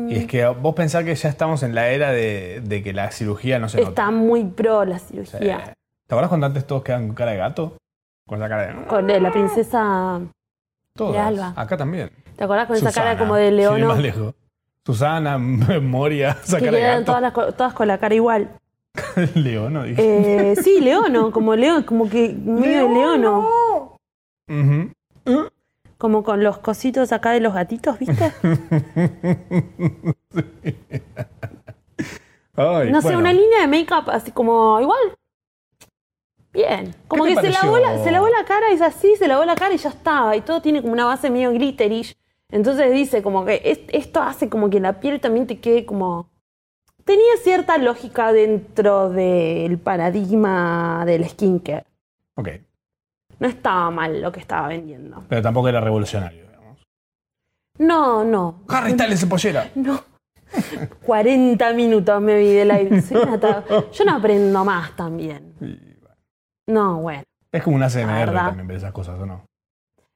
B: mm,
C: Y es que vos pensás que ya estamos en la era de, de que la cirugía no se
B: está
C: nota.
B: muy pro la
C: Sí.
B: cirugía.
C: ¿Te acuerdas cuando antes todos quedaban con cara de gato? Con esa cara de.
B: Con eh, la princesa.
C: Todos.
B: de Alba.
C: Acá también.
B: ¿Te acordás con esa cara
C: Susana,
B: como de
C: sin ir
B: león?
C: más lejos. Susana, Moria, esa
B: que
C: cara de
B: quedan
C: gato.
B: todas, las co- todas con la cara igual.
C: Leono, dije.
B: Eh, sí, Leono, como León, como que medio de Leono.
C: Ujú.
B: Como con los cositos acá de los gatitos, ¿viste?
C: Ay,
B: No sé,
C: bueno.
B: una línea de make-up así como igual. Bien. Como
C: te
B: que se lavó, la,
C: pareció?
B: se lavó la cara, es así, se lavó la cara y ya estaba. Y todo tiene como una base medio glitterish. Entonces dice como que es- esto hace como que la piel también te quede como... Tenía cierta lógica dentro del paradigma del skincare.
C: Ok,
B: No estaba mal lo que estaba vendiendo.
C: pero tampoco era revolucionario. digamos.
B: No, no,
C: Harry Styles en pollera.
B: No. 40 minutos me vi de live. Soy una tab- Yo no aprendo más también. No, bueno.
C: Es como una
B: La
C: CMR
B: verdad.
C: también ver esas cosas, ¿o no?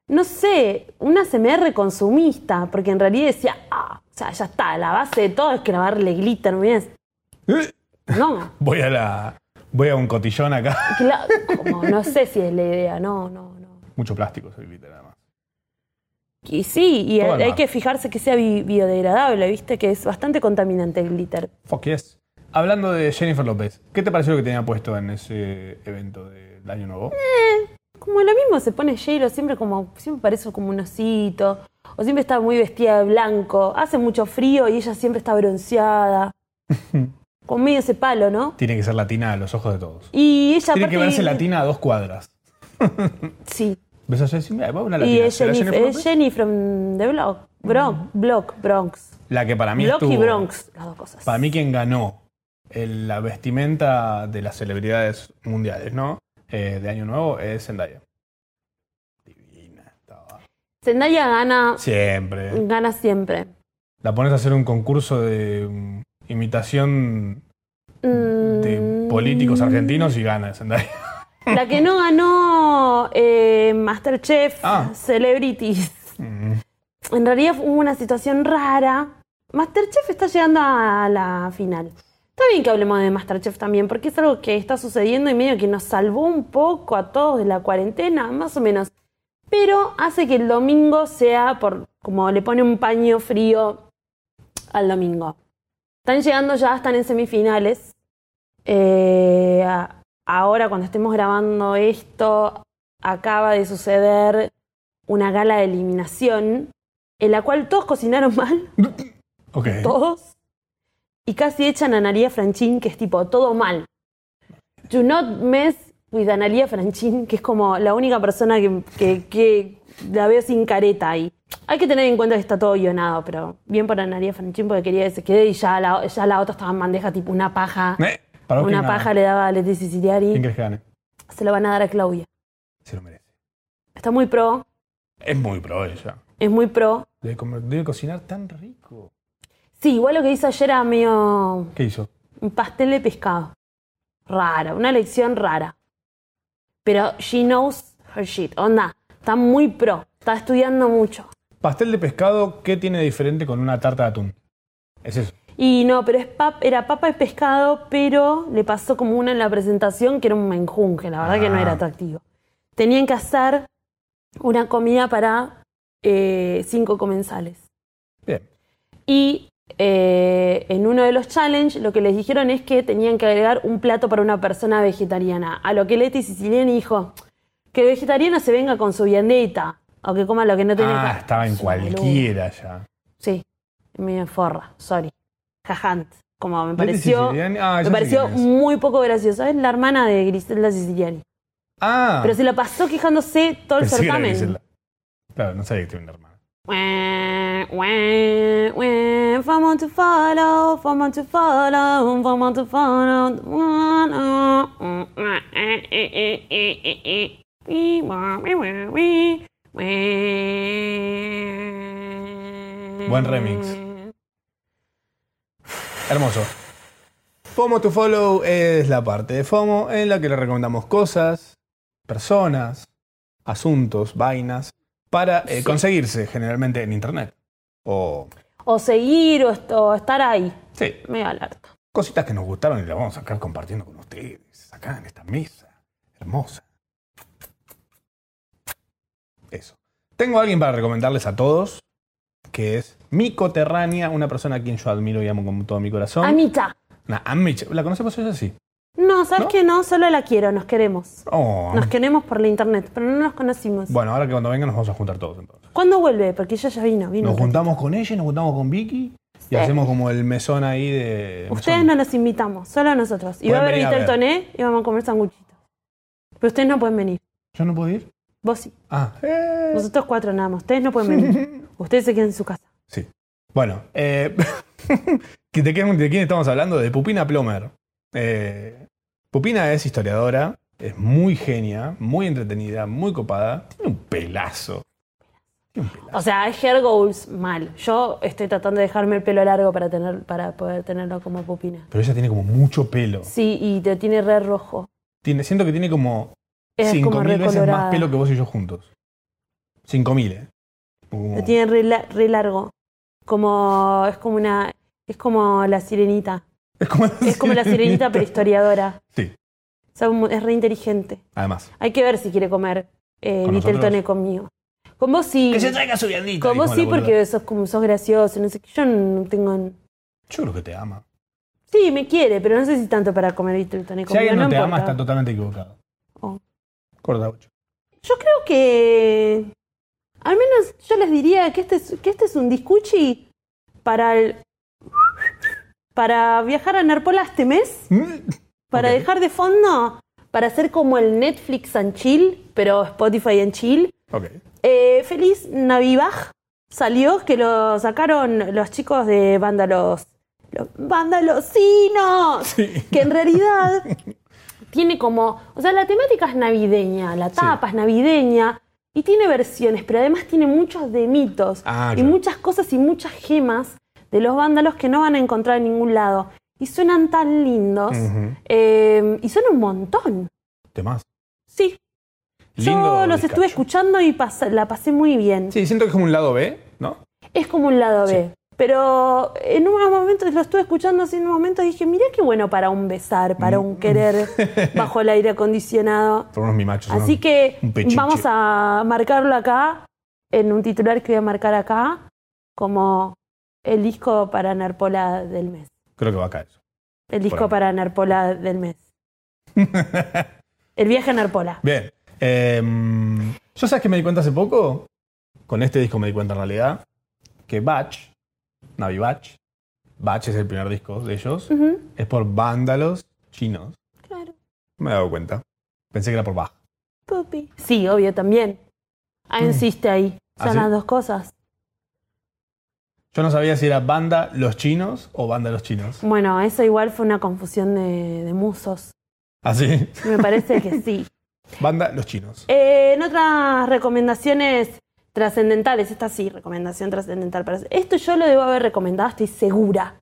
B: No sé, una CMR consumista, porque en realidad decía, ah, o sea, ya está, la base de todo es clavarle glitter, ¿me
C: Eh,
B: No,
C: Voy a la. Voy a un cotillón acá.
B: cla- como, no sé si es la idea, no, no, no.
C: Mucho plástico soy literal además.
B: Y sí, y
C: Todo
B: hay,
C: el
B: hay
C: mar.
B: que fijarse que sea bi- biodegradable, ¿viste? Que es bastante contaminante el glitter.
C: Fuck yes. Hablando de Jennifer López, ¿qué te pareció lo que tenía puesto en ese evento del año nuevo?
B: Como lo mismo se pone J-Lo, siempre como, siempre parece como un osito, o siempre está muy vestida de blanco, hace mucho frío y ella siempre está bronceada, con medio ese palo, ¿no?
C: Tiene que ser latina a los ojos de todos.
B: Y ella
C: Tiene que
B: aparte-
C: verse latina a dos cuadras.
B: Sí.
C: ¿Ves a Jessie? Mira, va una
B: Y
C: latina.
B: es
C: ¿Será
B: Jenny,
C: Jennifer
B: es
C: López?
B: Jenny from the Block, Bronx, Block, Bronx.
C: La que para mí
B: Block y
C: estuvo-
B: Bronx, las dos cosas.
C: Para mí quien ganó el- la vestimenta de las celebridades mundiales, ¿no? Eh, de Año Nuevo es Zendaya. Divina estaba.
B: Zendaya gana,
C: Siempre.
B: gana siempre.
C: La pones a hacer un concurso de mm, imitación de
B: Mm.
C: políticos argentinos y gana Zendaya.
B: La que no ganó eh, Masterchef,
C: Ah.
B: Celebrities.
C: Mm.
B: En realidad hubo una situación rara. Masterchef está llegando a la final. Está bien que hablemos de Masterchef también, porque es algo que está sucediendo y medio que nos salvó un poco a todos de la cuarentena, más o menos. pero hace que el domingo sea por como le pone un paño frío al domingo. Están llegando ya, están en semifinales. Eh, a- ahora cuando estemos grabando esto, acaba de suceder una gala de eliminación en la cual todos cocinaron mal,
C: Ok.
B: todos, y casi echan a Analia Franchín, que es tipo todo mal. Do not mess with Analia Franchín, que es como la única persona que, que- que la veo sin careta ahí. Hay que tener en cuenta que está todo guionado, pero bien por Analia Franchín porque quería que se quede y ya la, ya la otra estaba en bandeja, tipo una paja.
C: Eh, para vos,
B: Una
C: ¿quién gana?
B: paja le daba a Leticia
C: ¿Quién
B: Siciliari.
C: crees que gane?
B: Se lo van a dar a Claudia.
C: Se lo merece.
B: Está muy pro,
C: Es muy pro ella.
B: es muy pro.
C: Debe, comer- debe cocinar tan rico.
B: Sí, igual lo que hizo ayer era medio
C: ¿Qué hizo?
B: un pastel de pescado. Rara, una elección rara. Pero she knows her shit. Onda, está muy pro, está estudiando mucho.
C: Pastel de pescado, ¿qué tiene de diferente con una tarta de atún? Es eso.
B: Y no, pero es pap- era papa y pescado, pero le pasó como una en la presentación que era un menjunje, la verdad que no
C: Ah.
B: era atractivo. Tenían que hacer una comida para eh, cinco comensales.
C: Bien.
B: Y eh, en uno de los challenges lo que les dijeron es que tenían que agregar un plato para una persona vegetariana. A lo que Leti Siciliani dijo, que el vegetariano se venga con su viandeta o que coma lo que no tiene.
C: Ah,
B: que-".
C: estaba en
B: Es una boluda.
C: cualquiera ya.
B: Sí, me forra, sorry. Jajant, como me
C: Leti
B: pareció,
C: Siciliani- ah, ya
B: me
C: sé
B: pareció
C: quién es.
B: muy poco gracioso. Es la hermana de Griselda Siciliani.
C: Ah,
B: Pero se la pasó quejándose todo el
C: pensé que era
B: certamen.
C: Griselda. Claro, no sabía que tenía una hermana.
B: Wah, wah, wah, Fama to follow, fama to follow, fama to follow. Wah, no, mm, wah, eh, eh, eh, eh, eh, eh. Wee, wah, wee, wah, wee, wah.
C: Buen remix. Hermoso. FOMO to Follow es la parte de FOMO en la que le recomendamos cosas, personas, asuntos, vainas, para eh, conseguirse generalmente en internet. O,
B: O seguir o, est- o estar ahí.
C: sí,
B: Mega alerta.
C: cositas que nos gustaron y las vamos a sacar compartiendo con ustedes, acá en esta mesa hermosa. Eso. Tengo a alguien para recomendarles a todos, que es mi coterránea, una persona a quien yo admiro y amo con todo mi corazón.
B: Anita.
C: Nah, a Mitch, ¿la conocemos ella sí?
B: No, ¿sabes
C: ¿No?
B: que no? Solo la quiero, nos queremos.
C: Oh,
B: Nos queremos por la internet, pero no nos conocimos.
C: Bueno, ahora que cuando venga nos vamos a juntar todos entonces.
B: ¿Cuándo vuelve? Porque ella ya vino, vino.
C: Nos juntamos con ella, y nos juntamos con Vicky y
B: Sí.
C: hacemos como el mesón ahí de.
B: Ustedes
C: mesón.
B: no los invitamos, solo nosotros. Y va a haber
C: Pueden venir a
B: Vitel Toné y vamos a comer sanguchitos. Pero ustedes no pueden venir.
C: ¿Yo no puedo ir?
B: Vos sí.
C: Ah. eh.
B: Nosotros cuatro nada más. Ustedes no pueden venir. Ustedes se quedan en su casa.
C: Sí. Bueno, eh, ¿de, quién, de quién estamos hablando? De Pupina Plomer. Eh, Pupina es historiadora, es muy genia, muy entretenida, muy copada. Tiene un pelazo.
B: O sea, es hair goals mal. Yo estoy tratando de dejarme el pelo largo para, tener, para poder tenerlo como pupina.
C: Pero ella tiene como mucho pelo.
B: Sí, y te tiene re rojo.
C: Tiene, siento que tiene como
B: Es como
C: 5.000 veces
B: recolorada.
C: más pelo que vos y yo juntos. 5.000, ¿eh? Como-
B: Lo tiene re, la- re largo. Como es como una es como la sirenita.
C: Es como la
B: Es como la sirenita pero historiadora.
C: Sí,
B: O sea, mu- es re inteligente.
C: además.
B: Hay que ver si quiere comer eh,
C: ¿Con
B: Vitel
C: nosotros?
B: Tone conmigo. Con vos sí.
C: traiga su viandita.
B: Con
C: dijo la
B: vos sí
C: boluda.
B: porque sos como sos gracioso, no sé qué. Yo no tengo
C: Yo creo que te ama.
B: Sí, me quiere, pero no sé si tanto para comer Vitel Tone
C: Si
B: conmigo.
C: alguien no, te ama,
B: importa.
C: está totalmente equivocado.
B: Oh.
C: Corta 8.
B: Yo creo que. Al menos yo les diría que este es, que este es un discuchi para el. Para viajar a Narpola este mes. Para
C: Ok.
B: dejar de fondo. Para hacer como el Netflix and chill, pero Spotify and chill.
C: Ok.
B: Eh, feliz Navibaj salió, que lo sacaron los chicos de Vándalos. Los Vandalosinos.
C: Sí.
B: Que en realidad tiene como. O sea, la temática es navideña, la tapa es navideña. Y tiene versiones, pero además tiene muchos de mitos.
C: Ah,
B: y
C: claro.
B: muchas cosas y muchas gemas de los vándalos que no van a encontrar en ningún lado. Y suenan tan lindos.
C: Ujú.
B: eh, y son un montón.
C: Temas.
B: Sí.
C: Lindo
B: Yo los
C: bizcacho.
B: estuve escuchando y pas- la pasé muy bien.
C: Sí, siento que es como un lado B, ¿no?
B: Es como un lado B. Pero en unos momentos, lo estuve escuchando así en unos momentos, dije, mirá qué bueno para un besar, para un querer bajo el aire acondicionado.
D: Por unos mimachos.
B: Así
D: ¿no?
B: que
D: un pechiche.
B: vamos a marcarlo acá, en un titular que voy a marcar acá, como el disco para Narpola del mes.
D: Creo que va acá eso.
B: El disco
D: Bueno.
B: para Narpola del mes. el viaje a Narpola.
D: Bien.
C: Em, yo sabes que me di cuenta hace poco, con este disco me di cuenta en realidad, que Batch, Navi Batch, Batch es el primer disco de ellos,
B: Ujú,
C: es por vándalos chinos.
B: claro,
C: Me he dado cuenta. Pensé que era por Bach.
B: pupi. Sí, obvio también. Ah, insiste ahí. Son
C: ¿Ah, sí?
B: las dos cosas.
C: Yo no sabía si era banda los chinos o banda los chinos.
B: Bueno, eso igual fue una confusión de, de musos.
C: Así,
B: Me parece que sí.
C: banda los chinos.
B: Eh, en otras recomendaciones trascendentales, esta sí, recomendación trascendental. Para... Esto yo lo debo haber recomendado, estoy segura.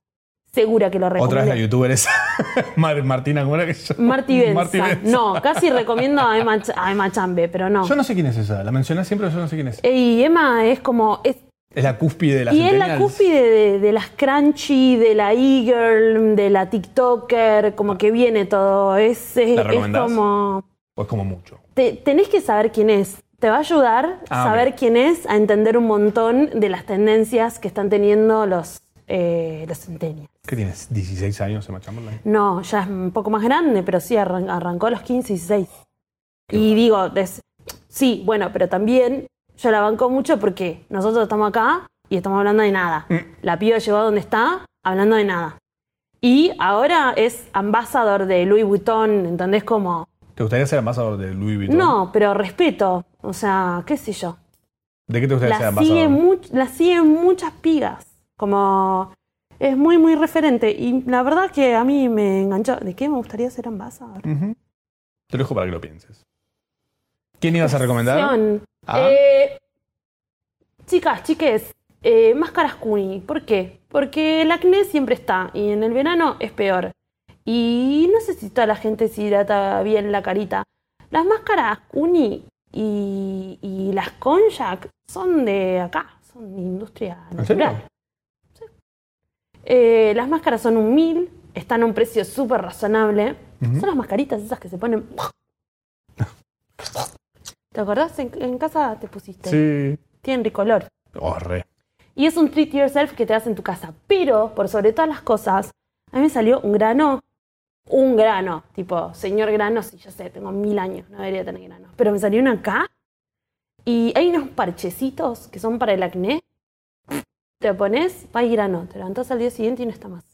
B: Segura que lo recomendé.
C: Otra vez la youtuber esa. Mar- Martina, ¿cómo era que yo?
B: Marti Benza.
C: Marti Benza.
B: No, casi recomiendo a Emma, Ch- a Emma Chambe, pero no.
C: Yo no sé quién es esa. La mencioné siempre, pero yo no sé quién es.
B: Y Emma es como. es-
C: Es la cúspide de la
B: y es la cúspide de, de las crunchy, de la e-girl, de la TikToker, como que viene todo. Es, es-
C: ¿La
B: es
C: recomendás?
B: como.
C: Pues como mucho.
B: te- tenés que saber quién es. Te va a ayudar
C: Ah,
B: saber
C: ok.
B: quién es a entender un montón de las tendencias que están teniendo los, eh, los centennials.
C: ¿Qué tienes? ¿16 años, Emma Chamberlain?
B: No, ya es un poco más grande, pero sí arran- arrancó a los 15 y 16. Y digo, es- sí, bueno, pero también yo la banco mucho porque nosotros estamos acá y estamos hablando de nada.
C: Mm.
B: La piba llegó a donde está hablando de nada. Y ahora es ambasador de Louis Vuitton, ¿entendés? Como,
C: ¿Te gustaría ser embajador de Louis Vuitton?
B: no, pero respeto. O sea, qué sé yo.
C: ¿De qué te gustaría ser
B: la
C: embajador?
B: siguen, much- la siguen muchas pigas. Como es muy, muy referente. Y la verdad que a mí me enganchó. ¿De qué me gustaría ser ambasador?
C: Ujú. Te lo dejo para que lo pienses. ¿Quién ibas a recomendar?
B: Acción.
C: Ah.
B: Eh, chicas, chiques, eh, máscaras Kuni. ¿Por qué? Porque el acné siempre está y en el verano es peor. Y no sé si toda la gente se hidrata bien la carita. Las máscaras Kuni y, y las Konjac son de acá, son de industria
C: ¿En serio?
B: natural. Sí. Eh, las máscaras son un mil, están a un precio súper razonable.
C: Mm.
B: Son las mascaritas esas que se ponen. ¿Te acordás? En, en casa te pusiste.
C: Sí.
B: Tienen ricolor.
C: Oh, re.
B: Y es un treat yourself que te das en tu casa. Pero, por sobre todas las cosas, a mí me salió un grano. Un grano. Tipo, señor grano, sí, yo sé, tengo mil años, no debería tener granos. Pero me salió una acá. Y hay unos parchecitos que son para el acné. Te pones, va y grano. Te levantás al día siguiente y no está más.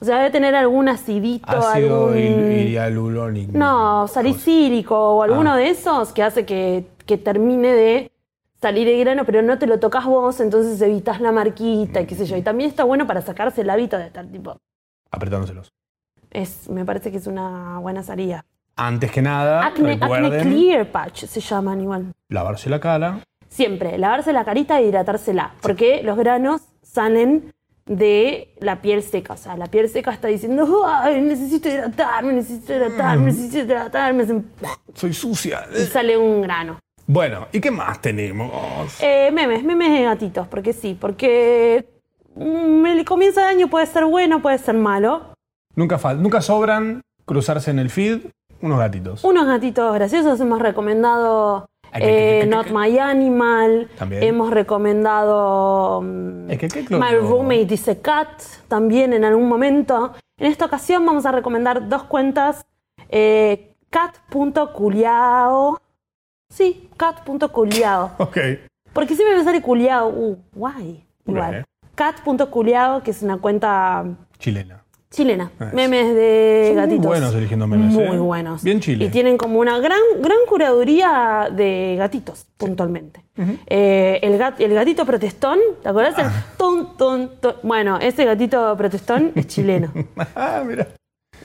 B: O sea, debe tener algún acidito,
C: Ácido
B: algún...
C: hil- hialurónico.
B: No, salicílico o alguno de esos que hace que, que termine de salir el grano, pero no te lo tocas vos, entonces evitas la marquita y qué sé yo. Y también está bueno para sacarse el hábito de estar tipo.
C: Apretándoselos.
B: Es, me parece que es una buena salida.
C: Antes que nada,
B: Acne, acne
C: Ah, recuerden
B: Clear Patch se llaman igual.
C: lavarse la cara.
B: Siempre, lavarse la carita e hidratársela, porque los granos salen de la piel seca. O sea, la piel seca está diciendo, "Ay, necesito hidratarme, necesito hidratarme, necesito hidratarme.
C: Soy sucia.
B: Y sale un grano.
C: Bueno, ¿y qué más tenemos?
B: Eh, memes, memes de gatitos, porque sí, porque mm, el comienzo de año puede ser bueno, puede ser malo.
C: Nunca, fal- nunca sobran cruzarse en el feed unos gatitos.
B: Unos gatitos graciosos hemos recomendado eh, Not My Animal,
C: También.
B: hemos recomendado mm,
C: Es que qué cloro.
B: My Roommate is a Cat también en algún momento. En esta ocasión vamos a recomendar dos cuentas, eh, cat.culiao, sí, cat.culiao.
C: Ok.
B: Porque siempre me sale culiao. Uh, guay.
C: Ok.
B: Igual. Cat.culiao, que es una cuenta
C: Chilena.
B: chilena.
C: Nice.
B: Memes de
C: Ah, Son muy
B: Eh, gatitos.
C: buenos eligiendo memes,
B: Muy
C: ¿eh?
B: buenos.
C: Bien Chile.
B: Y tienen como una gran, gran curaduría de gatitos, puntualmente. Eh, el, gat- el gatito protestón, ¿te acordás? El
C: Ah.
B: ton, ton, ton. Bueno, ese gatito protestón es chileno.
C: ah, mira.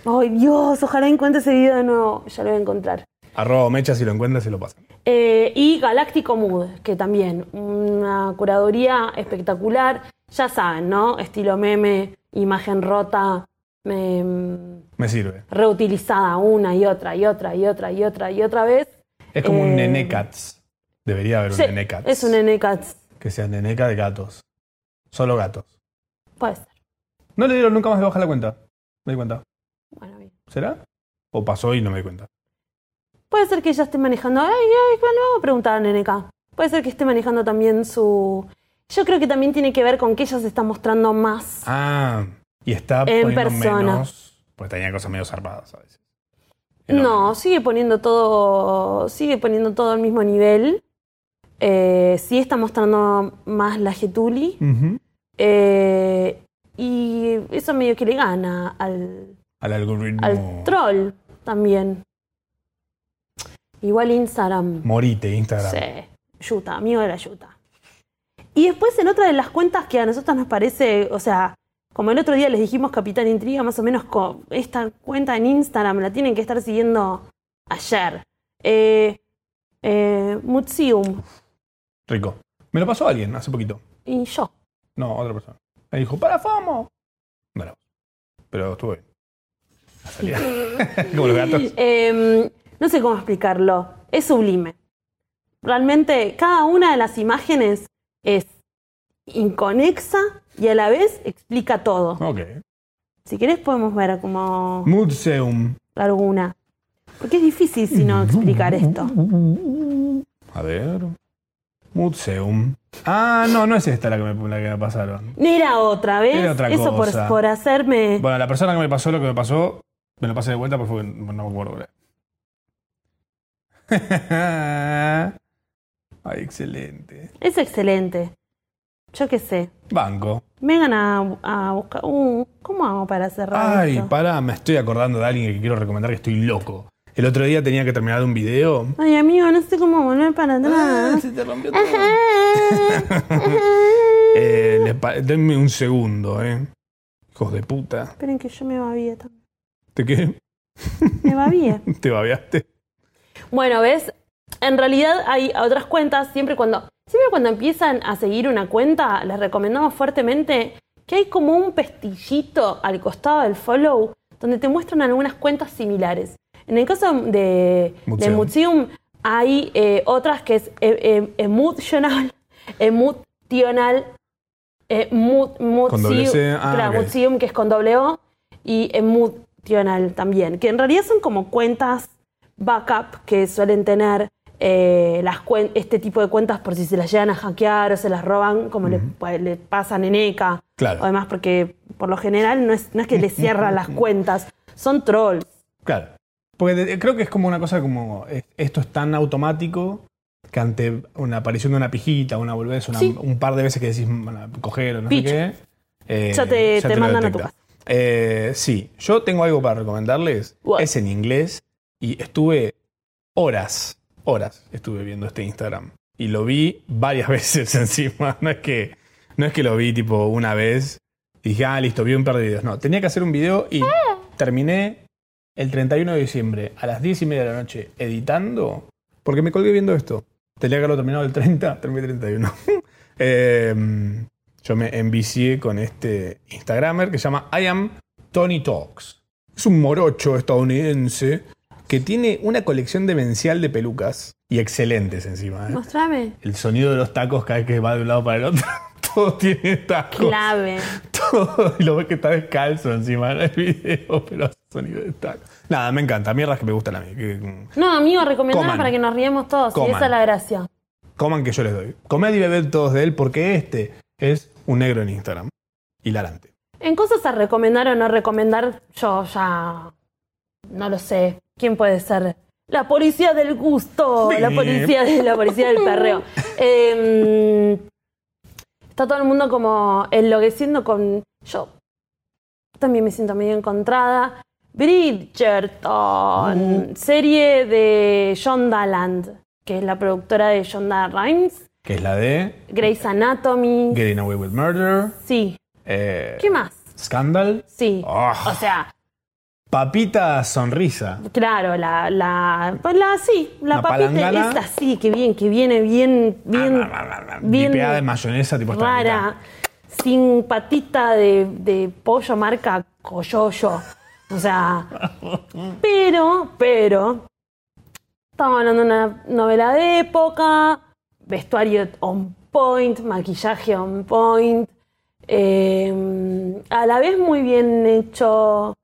B: Ay, Dios, ojalá encuentre ese video de nuevo. Ya lo voy a encontrar.
C: Arroba mecha si lo encuentras se lo pasan.
B: Eh, y Galáctico Mood, que también una curaduría espectacular. Ya saben, ¿no? Estilo meme, imagen rota, em,
C: Me sirve.
B: reutilizada una y otra y otra y otra y otra y otra vez.
C: Es como un
B: Eh,
C: nene cats. Debería haber un
B: Sí,
C: nene cats.
B: es un nenecats.
C: Que sea neneca de gatos. Solo gatos.
B: Puede ser.
C: No le dieron nunca más de baja la cuenta. Me di cuenta.
B: Bueno, bien.
C: ¿Será? O pasó y no me di cuenta.
B: Puede ser que ella esté manejando. Ay, ay, bueno, vamos a preguntar a Neneca. Puede ser que esté manejando también su. Yo creo que también tiene que ver con que ella se está mostrando más.
C: Ah, y está
B: En
C: poniendo
B: persona.
C: menos. Pues tenía cosas medio zarpadas a veces. Era
B: No,
C: horrible.
B: sigue poniendo todo. Sigue poniendo todo al mismo nivel. Eh, sí está mostrando más la Getuli.
C: Ujú.
B: Eh, y eso medio que le gana al,
C: Al algoritmo.
B: al troll también. Igual Instagram.
C: Morite, Instagram.
B: Sí, Yuta, amigo de la Yuta. Y después en otra de las cuentas que a nosotros nos parece, o sea, como el otro día les dijimos Capitán Intriga, más o menos con esta cuenta en Instagram la tienen que estar siguiendo ayer. Eh, eh, Museum
C: Rico. Me lo pasó alguien hace poquito.
B: y yo.
C: No, otra persona. Me dijo, ¡para FOMO! No era vos. Pero estuvo bien. La salida. Como los gatos.
B: Em, no sé cómo explicarlo. Es sublime. Realmente cada una de las imágenes es inconexa y a la vez explica todo.
C: Ok.
B: Si querés podemos ver como
C: Museum.
B: alguna. Porque es difícil si
C: Mm,
B: no explicar esto.
C: A ver. Museum. Ah, no, no es esta la que me, la que me pasaron.
B: Era otra vez.
C: Era otra
B: Eso por-
C: cosa.
B: Por, hacerme.
C: Bueno, la persona que me pasó lo que me pasó, me lo pasé de vuelta porque no me acuerdo. boludo. Ay, excelente.
B: Es excelente. Yo qué sé.
C: Banco.
B: Vengan a, a buscar. Uh, ¿Cómo hago para cerrar?
C: Ay,
B: esto?
C: pará, me estoy acordando de alguien que quiero recomendar que estoy loco. El otro día tenía que terminar un video.
B: Ay, amigo, no sé cómo volver para
C: Ah,
B: atrás.
C: se te rompió todo.
B: Ajá. Ajá.
C: Eh, le pa- denme un segundo, eh. Hijos de puta.
B: Esperen que yo me babía también.
C: ¿Te qué?
B: Me babía.
C: ¿Te babeaste?
B: bueno, ¿ves? En realidad hay otras cuentas, siempre cuando, siempre cuando empiezan a seguir una cuenta, les recomendamos fuertemente que hay como un pestillito al costado del follow donde te muestran algunas cuentas similares. En el caso de, de
C: Museum.
B: Museum hay eh, otras que es eh, eh, emotional, emotional, eh, mu-
C: Con doble
B: Museum,
C: C, ah,
B: claro,
C: ok.
B: Museum, que es con doble O, y emotional también, que en realidad son como cuentas backup que suelen tener eh, las cuen- este tipo de cuentas por si se las llegan a hackear o se las roban, como le- le, pasan en ECA.
C: Claro.
B: O demás, porque por lo general no es, no es que le cierran las cuentas, son trolls.
C: Claro. Porque de- creo que es como una cosa como eh, esto es tan automático que ante una aparición de una pijita, una volvés, una-
B: Sí.
C: un par de veces que decís "Bueno, coger o no
B: Picho.
C: sé qué. eh,
B: Ya te- te
C: lo
B: mandan a tu
C: detecta. Eh, sí, yo tengo algo para recomendarles.
B: What?
C: Es en inglés y estuve horas, horas estuve viendo este Instagram. Y lo vi varias veces encima. No es que, no es que lo vi tipo una vez y dije, ah, listo, vi un par de videos. No, tenía que hacer un video y terminé el 31 de diciembre a las 10 y media de la noche editando porque me colgué viendo esto. Tenía que haberlo terminado el 30, terminé el 31. Em, yo me envicié con este Instagramer que se llama I am Tony Talks. Es un morocho estadounidense que tiene una colección demencial de pelucas y excelentes encima. ¿eh?
B: Mostrame.
C: El sonido de los tacos cada vez que va de un lado para el otro. Todo tiene tacos.
B: Clave.
C: Todo. Y lo ves que está descalzo encima del video, pero hace sonido de tacos. Nada, me encanta. Mierdas que me gustan a mí. que- mm,
B: No, amigo, recomendame
C: Coman.
B: para que nos riemos todos. Y
C: Coman.
B: esa es la gracia.
C: coman que yo les doy. Comed y bebed todos de él porque este es un negro en Instagram. Hilarante.
B: En cosas a recomendar o no recomendar, yo ya no lo sé. ¿Quién puede ser? La policía del gusto, la policía, de- la policía del perreo. Eh, está todo el mundo como enloqueciendo con... Yo también me siento medio encontrada. Bridgerton, serie de Shonda Land, que es la productora de Shonda Rhimes.
C: Que es la de
B: Grey's Anatomy.
C: Getting Away with Murder,
B: Sí.
C: eh,
B: ¿Qué más?
C: Scandal,
B: Sí.
C: Ah.
B: O sea,
C: Papita Sonrisa.
B: Claro, la, la, pues la sí, la
C: Una
B: papita
C: palangana.
B: es así, que bien, que viene bien,
C: Ah,
B: bien bien
C: Dipeada de mayonesa tipo esta
B: rara, sin patita de, de pollo marca Coyoyo. O sea, pero, pero, estamos hablando de una novela de época, vestuario on point, maquillaje on point, Eh, a la vez muy bien hecho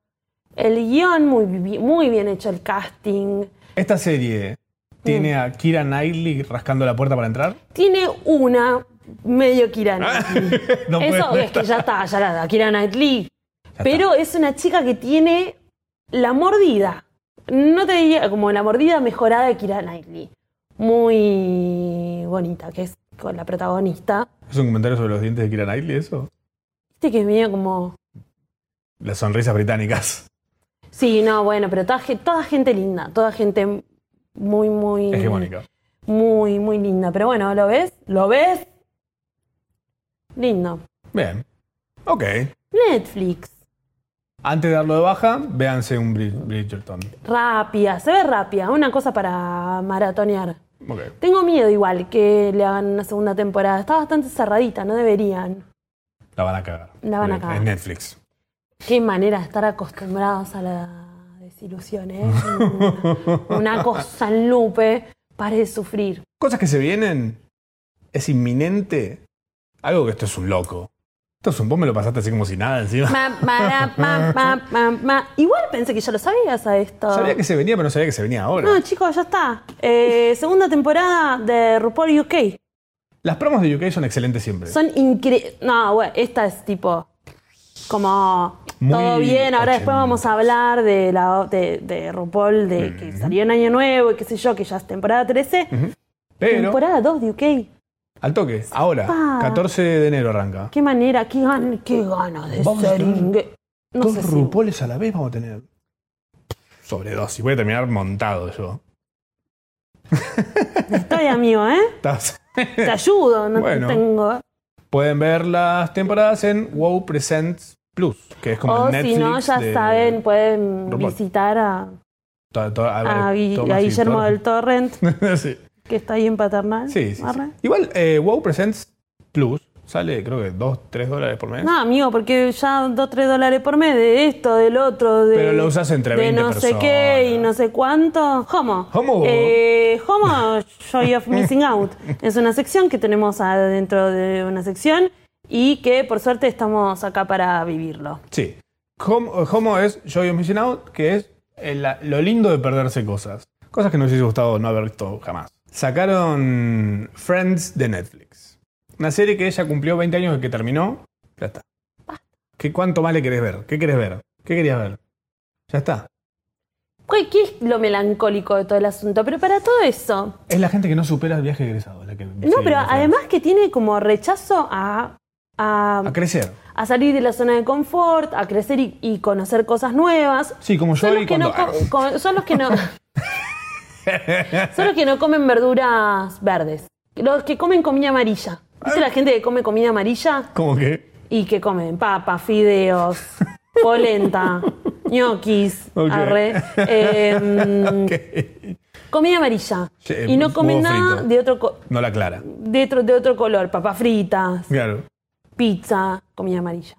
B: el guión, muy, bi- muy bien hecho el casting.
C: Esta serie tiene
B: Mm.
C: a Kira Knightley rascando la puerta para entrar.
B: Tiene una medio Kira Knightley.
C: No puede
B: Eso
C: ser.
B: es que ya está, ya la da Kira Knightley. Pero es una chica que tiene la mordida. No te diría como la mordida mejorada de Kira Knightley. Muy bonita, que es con la protagonista.
C: ¿Es un comentario sobre los dientes de Kira Knightley eso?
B: Viste que es medio como.
C: Las sonrisas británicas.
B: Sí, no, bueno, pero toda, gen- toda gente linda, toda gente muy, muy.
C: Hegemónica.
B: Muy, muy linda. Pero bueno, ¿lo ves? ¿Lo ves? Lindo.
C: Bien. Ok.
B: Netflix.
C: Antes de darlo de baja, véanse un Brid- Bridgerton.
B: Rápida, se ve rápida. Una cosa para maratonear.
C: Ok.
B: Tengo miedo igual que le hagan una segunda temporada. Está bastante cerradita, no deberían.
C: La van a cagar.
B: La van a
C: Bien,
B: cagar.
C: Es Netflix.
B: Qué manera de estar acostumbrados a la desilusión, ¿eh? Una, una cosa en Lupe. Pare de sufrir.
C: Cosas que se vienen. Es inminente. Algo que esto es un loco. Esto es un vos me lo pasaste así como si nada encima.
B: Ma, ma, ra, ma, ma, ma, ma. Igual pensé que ya lo sabías a esto.
C: Sabía que se venía, pero no sabía que se venía ahora.
B: No, chicos, ya está. Eh, segunda temporada de RuPaul UK.
C: Las promos de UK son excelentes siempre.
B: Son increíbles. No, bueno, esta es tipo. Como.
C: Muy
B: todo bien, ahora después
C: ochentas.
B: vamos a hablar de, la, de, de RuPaul, de que salió en Año Nuevo y qué sé yo, que ya es temporada 13.
C: pero,
B: Temporada 2 de UK.
C: al toque, ahora,
B: Pa.
C: 14 de enero arranca.
B: Qué manera, qué, gan- qué ganas de
C: Vamos a
B: ser
C: tener
B: ingue- No
C: Dos
B: sé si-
C: rupoles a la vez vamos a tener. Sobredosis. Voy a terminar montado yo.
B: Estoy amigo, ¿eh?
C: Estás-
B: Te ayudo, no
C: Bueno.
B: tengo.
C: Pueden ver las temporadas en WoW Presents Plus, que es como
B: O
C: el Netflix.
B: si no, ya
C: de-
B: saben, pueden
C: RuPaul.
B: visitar a,
C: to- to- a ver,
B: a Gui-
C: Thomas
B: a
C: y
B: Guillermo del Torrent.
C: Thor. sí.
B: Que está ahí en paternal.
C: Sí, sí, sí.
B: Arre.
C: Igual, eh, WoW Presents Plus sale, creo que 2, 3 dólares por mes.
B: No, amigo, porque ya 2, 3 dólares por mes de esto, del otro, de.
C: Pero lo usas entre
B: De
C: 20
B: no sé qué y no sé cuánto. Homo.
C: Homo.
B: Eh, Homo, Joy of Missing Out. Es una sección que tenemos adentro de una sección y que por suerte estamos acá para vivirlo.
C: Sí. eh, Homo, homo es Joy of Missing Out, que es el- la- lo lindo de perderse cosas. Cosas que nos hubiese gustado no haber visto jamás. Sacaron Friends de Netflix. Una serie que ya cumplió 20 años de que terminó. Ya está. ¿Qué, ¿Cuánto más le querés ver? ¿Qué querés ver? ¿Qué querías ver? Ya está.
B: ¿Qué, qué es lo melancólico de todo el asunto? Pero para todo eso.
C: Es la gente que no supera el viaje egresado. La que
B: No, pero además que tiene como rechazo a- a
C: A crecer.
B: a salir de la zona de confort, a crecer y, y conocer cosas nuevas.
C: Sí, como yo
B: Son los
C: y
B: que
C: cuando...
B: no co- co- son los que no son los que no comen verduras verdes. Los que comen comida amarilla. ¿Viste la gente que come comida amarilla
C: como que...
B: y que comen papas, fideos, polenta, ñoquis,
C: Ok.
B: arre, em,
C: que
B: comida amarilla
C: Sí,
B: y no comen
C: huevo
B: nada
C: frito.
B: de otro co-
C: No la clara.
B: de otro, de otro color, papas fritas,
C: Claro.
B: pizza, comida amarilla.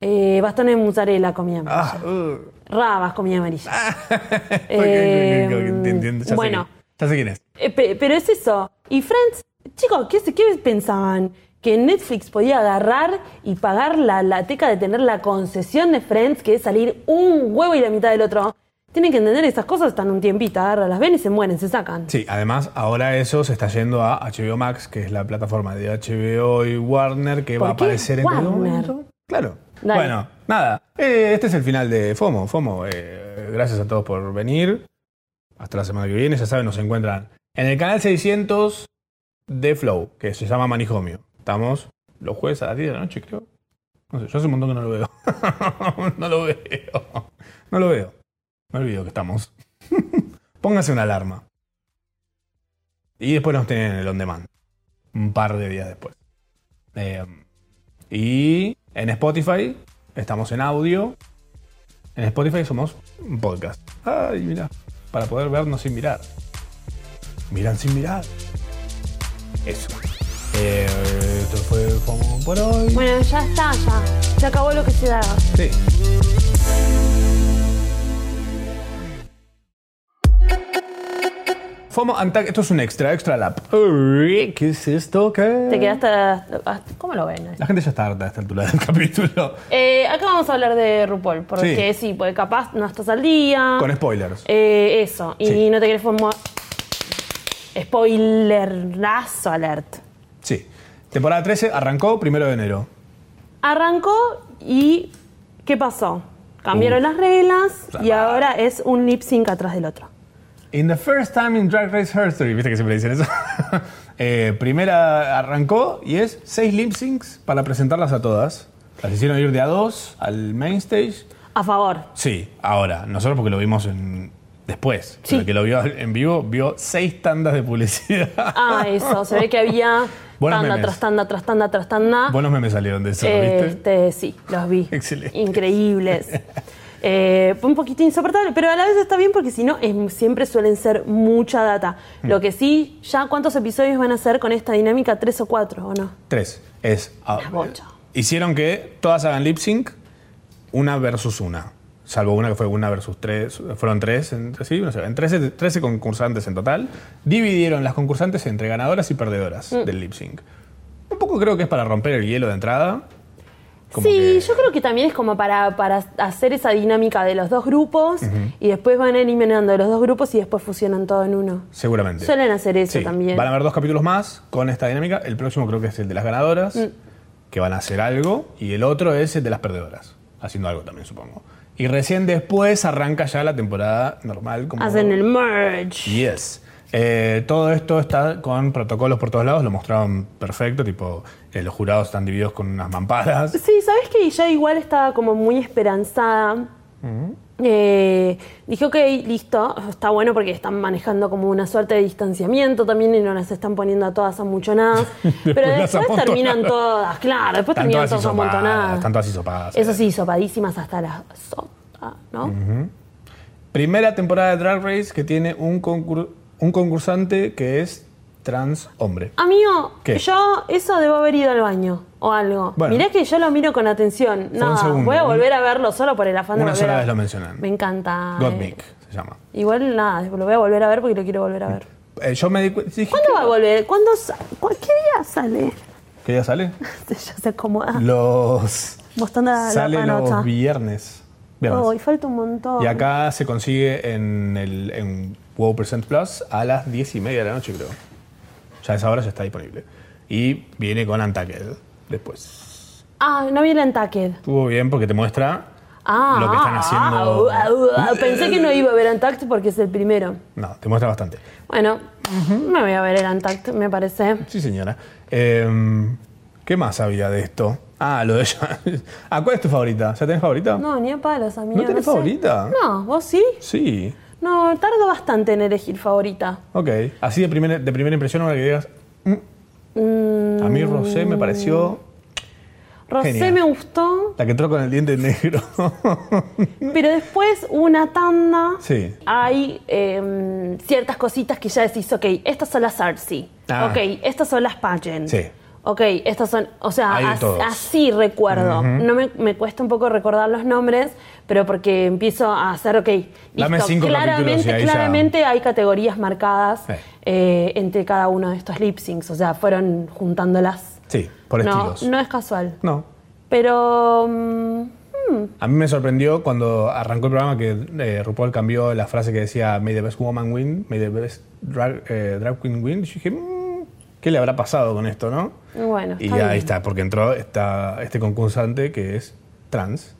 B: Eh, bastones de mozzarella, comida amarilla.
C: Ah, uh.
B: Rabas, comida amarilla.
C: Ok, ok, ok, ok,
B: Em,
C: te entiendo, ya sé
B: bueno.
C: quién- ya sé quién es.
B: Eh, pe- pero es eso. Y Friends, chicos, ¿qué, se- qué pensaban? Que Netflix podía agarrar y pagar la, la teca de tener la concesión de Friends, que es salir un huevo y la mitad del otro. Tienen que entender esas cosas, están un tiempito, agarran, las ven y se mueren, se sacan.
C: Sí, además ahora eso se está yendo a HBO Max, que es la plataforma de HBO y Warner que va a
B: ¿Por qué
C: aparecer en
B: Warner?
C: algún momento. Claro.
B: Dale.
C: Bueno, nada. eh, este es el final de FOMO. FOMO, eh, gracias a todos por venir. Hasta la semana que viene. Ya saben, nos encuentran en el canal 600 de Flow, que se llama Manijomio. Estamos los jueves a las 10 de la noche, creo. No sé, yo hace un montón que no lo veo. no lo veo. No lo veo. Me olvido que estamos. Póngase una alarma. Y después nos tienen el on demand. Un par de días después. Eh, y en Spotify estamos en audio. En Spotify somos un podcast. Ay, mira. Para poder vernos sin mirar. Miran sin mirar. Eso. Eh, esto fue como por hoy.
B: Bueno, ya está, ya. Se acabó lo que se daba.
C: Sí. FOMO Antac. Esto es un extra, extra lap. Uy, ¿Qué es esto? ¿Qué?
B: Te quedaste. hasta- hasta- ¿Cómo lo ven?
C: La gente ya está harta a esta altura del capítulo.
B: Eh, acá vamos a hablar de RuPaul, porque
C: Sí.
B: sí, porque capaz no estás al día.
C: Con spoilers.
B: Eh, eso, y
C: Sí.
B: no te querés formar. Spoilerazo alert.
C: Sí. Temporada 13 arrancó primero de enero.
B: Arrancó y. ¿Qué pasó? Cambiaron
C: Uh.
B: las reglas y ahora es un lip sync atrás del otro.
C: In the first time in Drag Race History. ¿Viste que siempre dicen eso? Eh, primera arrancó y es seis lip syncs para presentarlas a todas. Las hicieron ir de a dos al main stage.
B: A favor.
C: Sí, ahora. Nosotros porque lo vimos en- después. Pero
B: Sí.
C: El que lo vio en vivo vio seis tandas de publicidad.
B: Ah, eso. Se ve que había
C: Buenos
B: tanda
C: memes.
B: tras tanda, tras tanda, tras tanda.
C: Buenos memes salieron de eso, ¿viste?
B: Este, sí, los vi.
C: Excelente.
B: Increíbles. Eh, un poquito insoportable, pero a la vez está bien porque si no, es- siempre suelen ser mucha data.
C: Mm.
B: Lo que sí, ya cuántos episodios van a ser con esta dinámica, tres o cuatro, ¿o no?
C: Tres. Es. ah,
B: Las bocha.
C: hicieron que todas hagan lip sync, una versus una. Salvo una que fue una versus tres. Fueron tres, entre sí, no sé, en 13, 13 concursantes en total. Dividieron las concursantes entre ganadoras y perdedoras
B: Mm.
C: del lip sync. Un poco creo que es para romper el hielo de entrada. Como
B: sí,
C: que-
B: yo creo que también es como para, para hacer esa dinámica de los dos grupos y después van eliminando los dos grupos y después fusionan todo en uno.
C: Seguramente.
B: Suelen hacer eso
C: Sí,
B: también.
C: Van a haber dos capítulos más con esta dinámica. El próximo creo que es el de las ganadoras,
B: Mm.
C: que van a hacer algo, y el otro es el de las perdedoras, haciendo algo también, supongo. Y recién después arranca ya la temporada normal. Como
B: Hacen el merge.
C: Yes. Eh, todo esto está con protocolos por todos lados, lo mostraron perfecto, tipo eh, los jurados están divididos con unas mamparas.
B: Sí, sabes que yo igual estaba como muy esperanzada. Eh, dije, ok, listo, está bueno porque están manejando como una suerte de distanciamiento también y no las están poniendo a todas amontonadas. Pero
C: las
B: después
C: amontonadas.
B: terminan todas, claro, después
C: Están
B: terminan
C: todas
B: todas
C: hisopadas,
B: pues amontonadas.
C: están todas hisopadas.
B: Eso sí, sopadísimas hasta la sota, ¿no?
C: Primera temporada de Drag Race que tiene un, concur- un concursante que es trans hombre.
B: Amigo,
C: ¿Qué?
B: yo eso debo haber ido al baño o algo.
C: Bueno.
B: Mirá que yo lo miro con atención.
C: un
B: Nada,
C: segundo,
B: voy a
C: un-
B: volver a verlo solo por el afán de
C: Una
B: volver
C: sola
B: a-
C: vez lo mencionan.
B: Me encanta. eh.
C: Gottmik se llama.
B: Igual nada, lo voy a volver a ver porque lo quiero volver a ver.
C: Eh, yo me di cuenta. Dije,
B: ¿Cuándo va a volver? ¿Cuándo sa- cu- ¿Qué día sale?
C: ¿Qué día sale?
B: ya se acomoda.
C: Los.
B: Mostrando Ah. la, la
C: sale
B: panota.
C: los viernes. Viernes.
B: Oh, y falta un montón.
C: y acá se consigue en, el, en WoW Present Plus a las 10 y media de la noche, creo. Ya a esa hora ya está disponible. Y viene con Antakel después.
B: Ah, no vi el Antaked.
C: Estuvo bien porque te muestra
B: Ah,
C: lo que están haciendo.
B: ah, ah, ah. pensé que no iba a ver Antact porque es el primero.
C: No, te muestra bastante.
B: Bueno, me voy a ver el Antact, me parece.
C: Sí, señora. Em, ¿Qué más había de esto? Ah, lo de ella. ah, ¿cuál es tu favorita? ¿Ya tenés favorita?
B: No, ni a palos, amigo.
C: ¿No tenés
B: sé.
C: favorita?
B: No, ¿vos sí?
C: Sí.
B: No, tardo bastante en elegir favorita.
C: Ok. Así de primera, de primera impresión, ahora que digas. "Mm". A mí Rosé me pareció
B: Rosé
C: Genial.
B: me gustó,
C: la que entró con el diente negro.
B: pero después una tanda.
C: sí.
B: hay eh, ciertas cositas que ya decís, ok, estas son las artsy,
C: Ah.
B: ok, estas son las pageant.
C: Sí.
B: Ok, estas son, o sea,
C: Hay de
B: as-
C: todos.
B: así recuerdo. No me, me cuesta un poco recordar los nombres, pero porque empiezo a hacer, ok,
C: Dame
B: listo,
C: cinco capítulos
B: claramente,
C: y ahí ya-
B: claramente hay categorías marcadas
C: Sí.
B: eh, entre cada uno de estos lip syncs, o sea, fueron juntándolas.
C: Sí, por
B: no,
C: estilos.
B: no es casual.
C: No.
B: Pero mm,
C: A mí me sorprendió cuando arrancó el programa que eh, RuPaul cambió la frase que decía May the best woman win, May the best drag, eh, drag queen win. Y yo dije, "Mm, ¿qué le habrá pasado con esto, no?
B: bueno,
C: Y
B: está
C: ahí
B: bien.
C: está, porque entró esta- este concursante que es trans.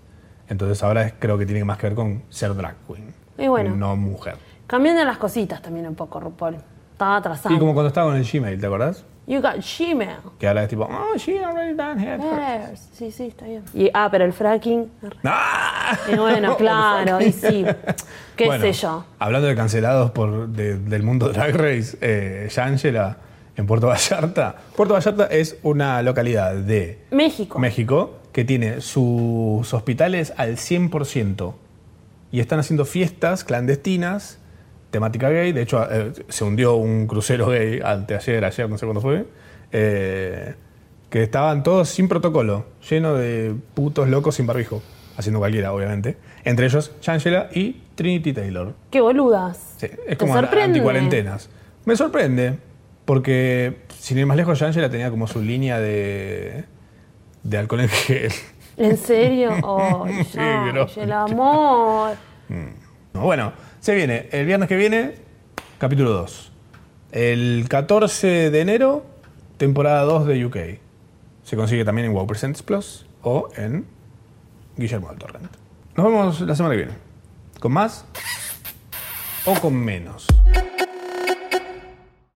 C: Entonces ahora es- creo que tiene más que ver con ser drag queen.
B: Y bueno.
C: No mujer.
B: Cambiando las cositas también un poco, RuPaul. Estaba atrasado.
C: Y como cuando estaba con el Gmail, ¿te acordás?
B: You got Gmail.
C: Que ahora es tipo, oh, she already done here.
B: Yes. Sí, sí, está bien. Y, ah, pero el fracking.
C: ¡Ah!
B: Y bueno, claro, y sí. ¿Qué
C: Bueno,
B: sé yo?
C: Hablando de cancelados por, de- del mundo Drag Race, eh, Shangela en Puerto Vallarta. Puerto Vallarta es una localidad de
B: México.
C: México que tiene sus hospitales al 100% y están haciendo fiestas clandestinas, temática gay. De hecho, eh, se hundió un crucero gay anteayer, ayer, no sé cuándo fue, eh, que estaban todos sin protocolo, lleno de putos locos sin barbijo, haciendo cualquiera, obviamente. Entre ellos, Shangela y Trinity Taylor.
B: Qué boludas.
C: Sí, es
B: ¿Te
C: como
B: sorprende?
C: anticuarentenas. Me sorprende, porque sin ir más lejos, Angela tenía como su línea de, de alcohol en gel.
B: ¿En serio? Oh, George,
C: grosso.
B: el amor.
C: No, Bueno, se viene. El viernes que viene, capítulo 2. El 14 de enero, temporada 2 de UK. Se consigue también en Wow Presents Plus o en Guillermo del Torrent. Nos vemos la semana que viene. ¿Con más o con menos?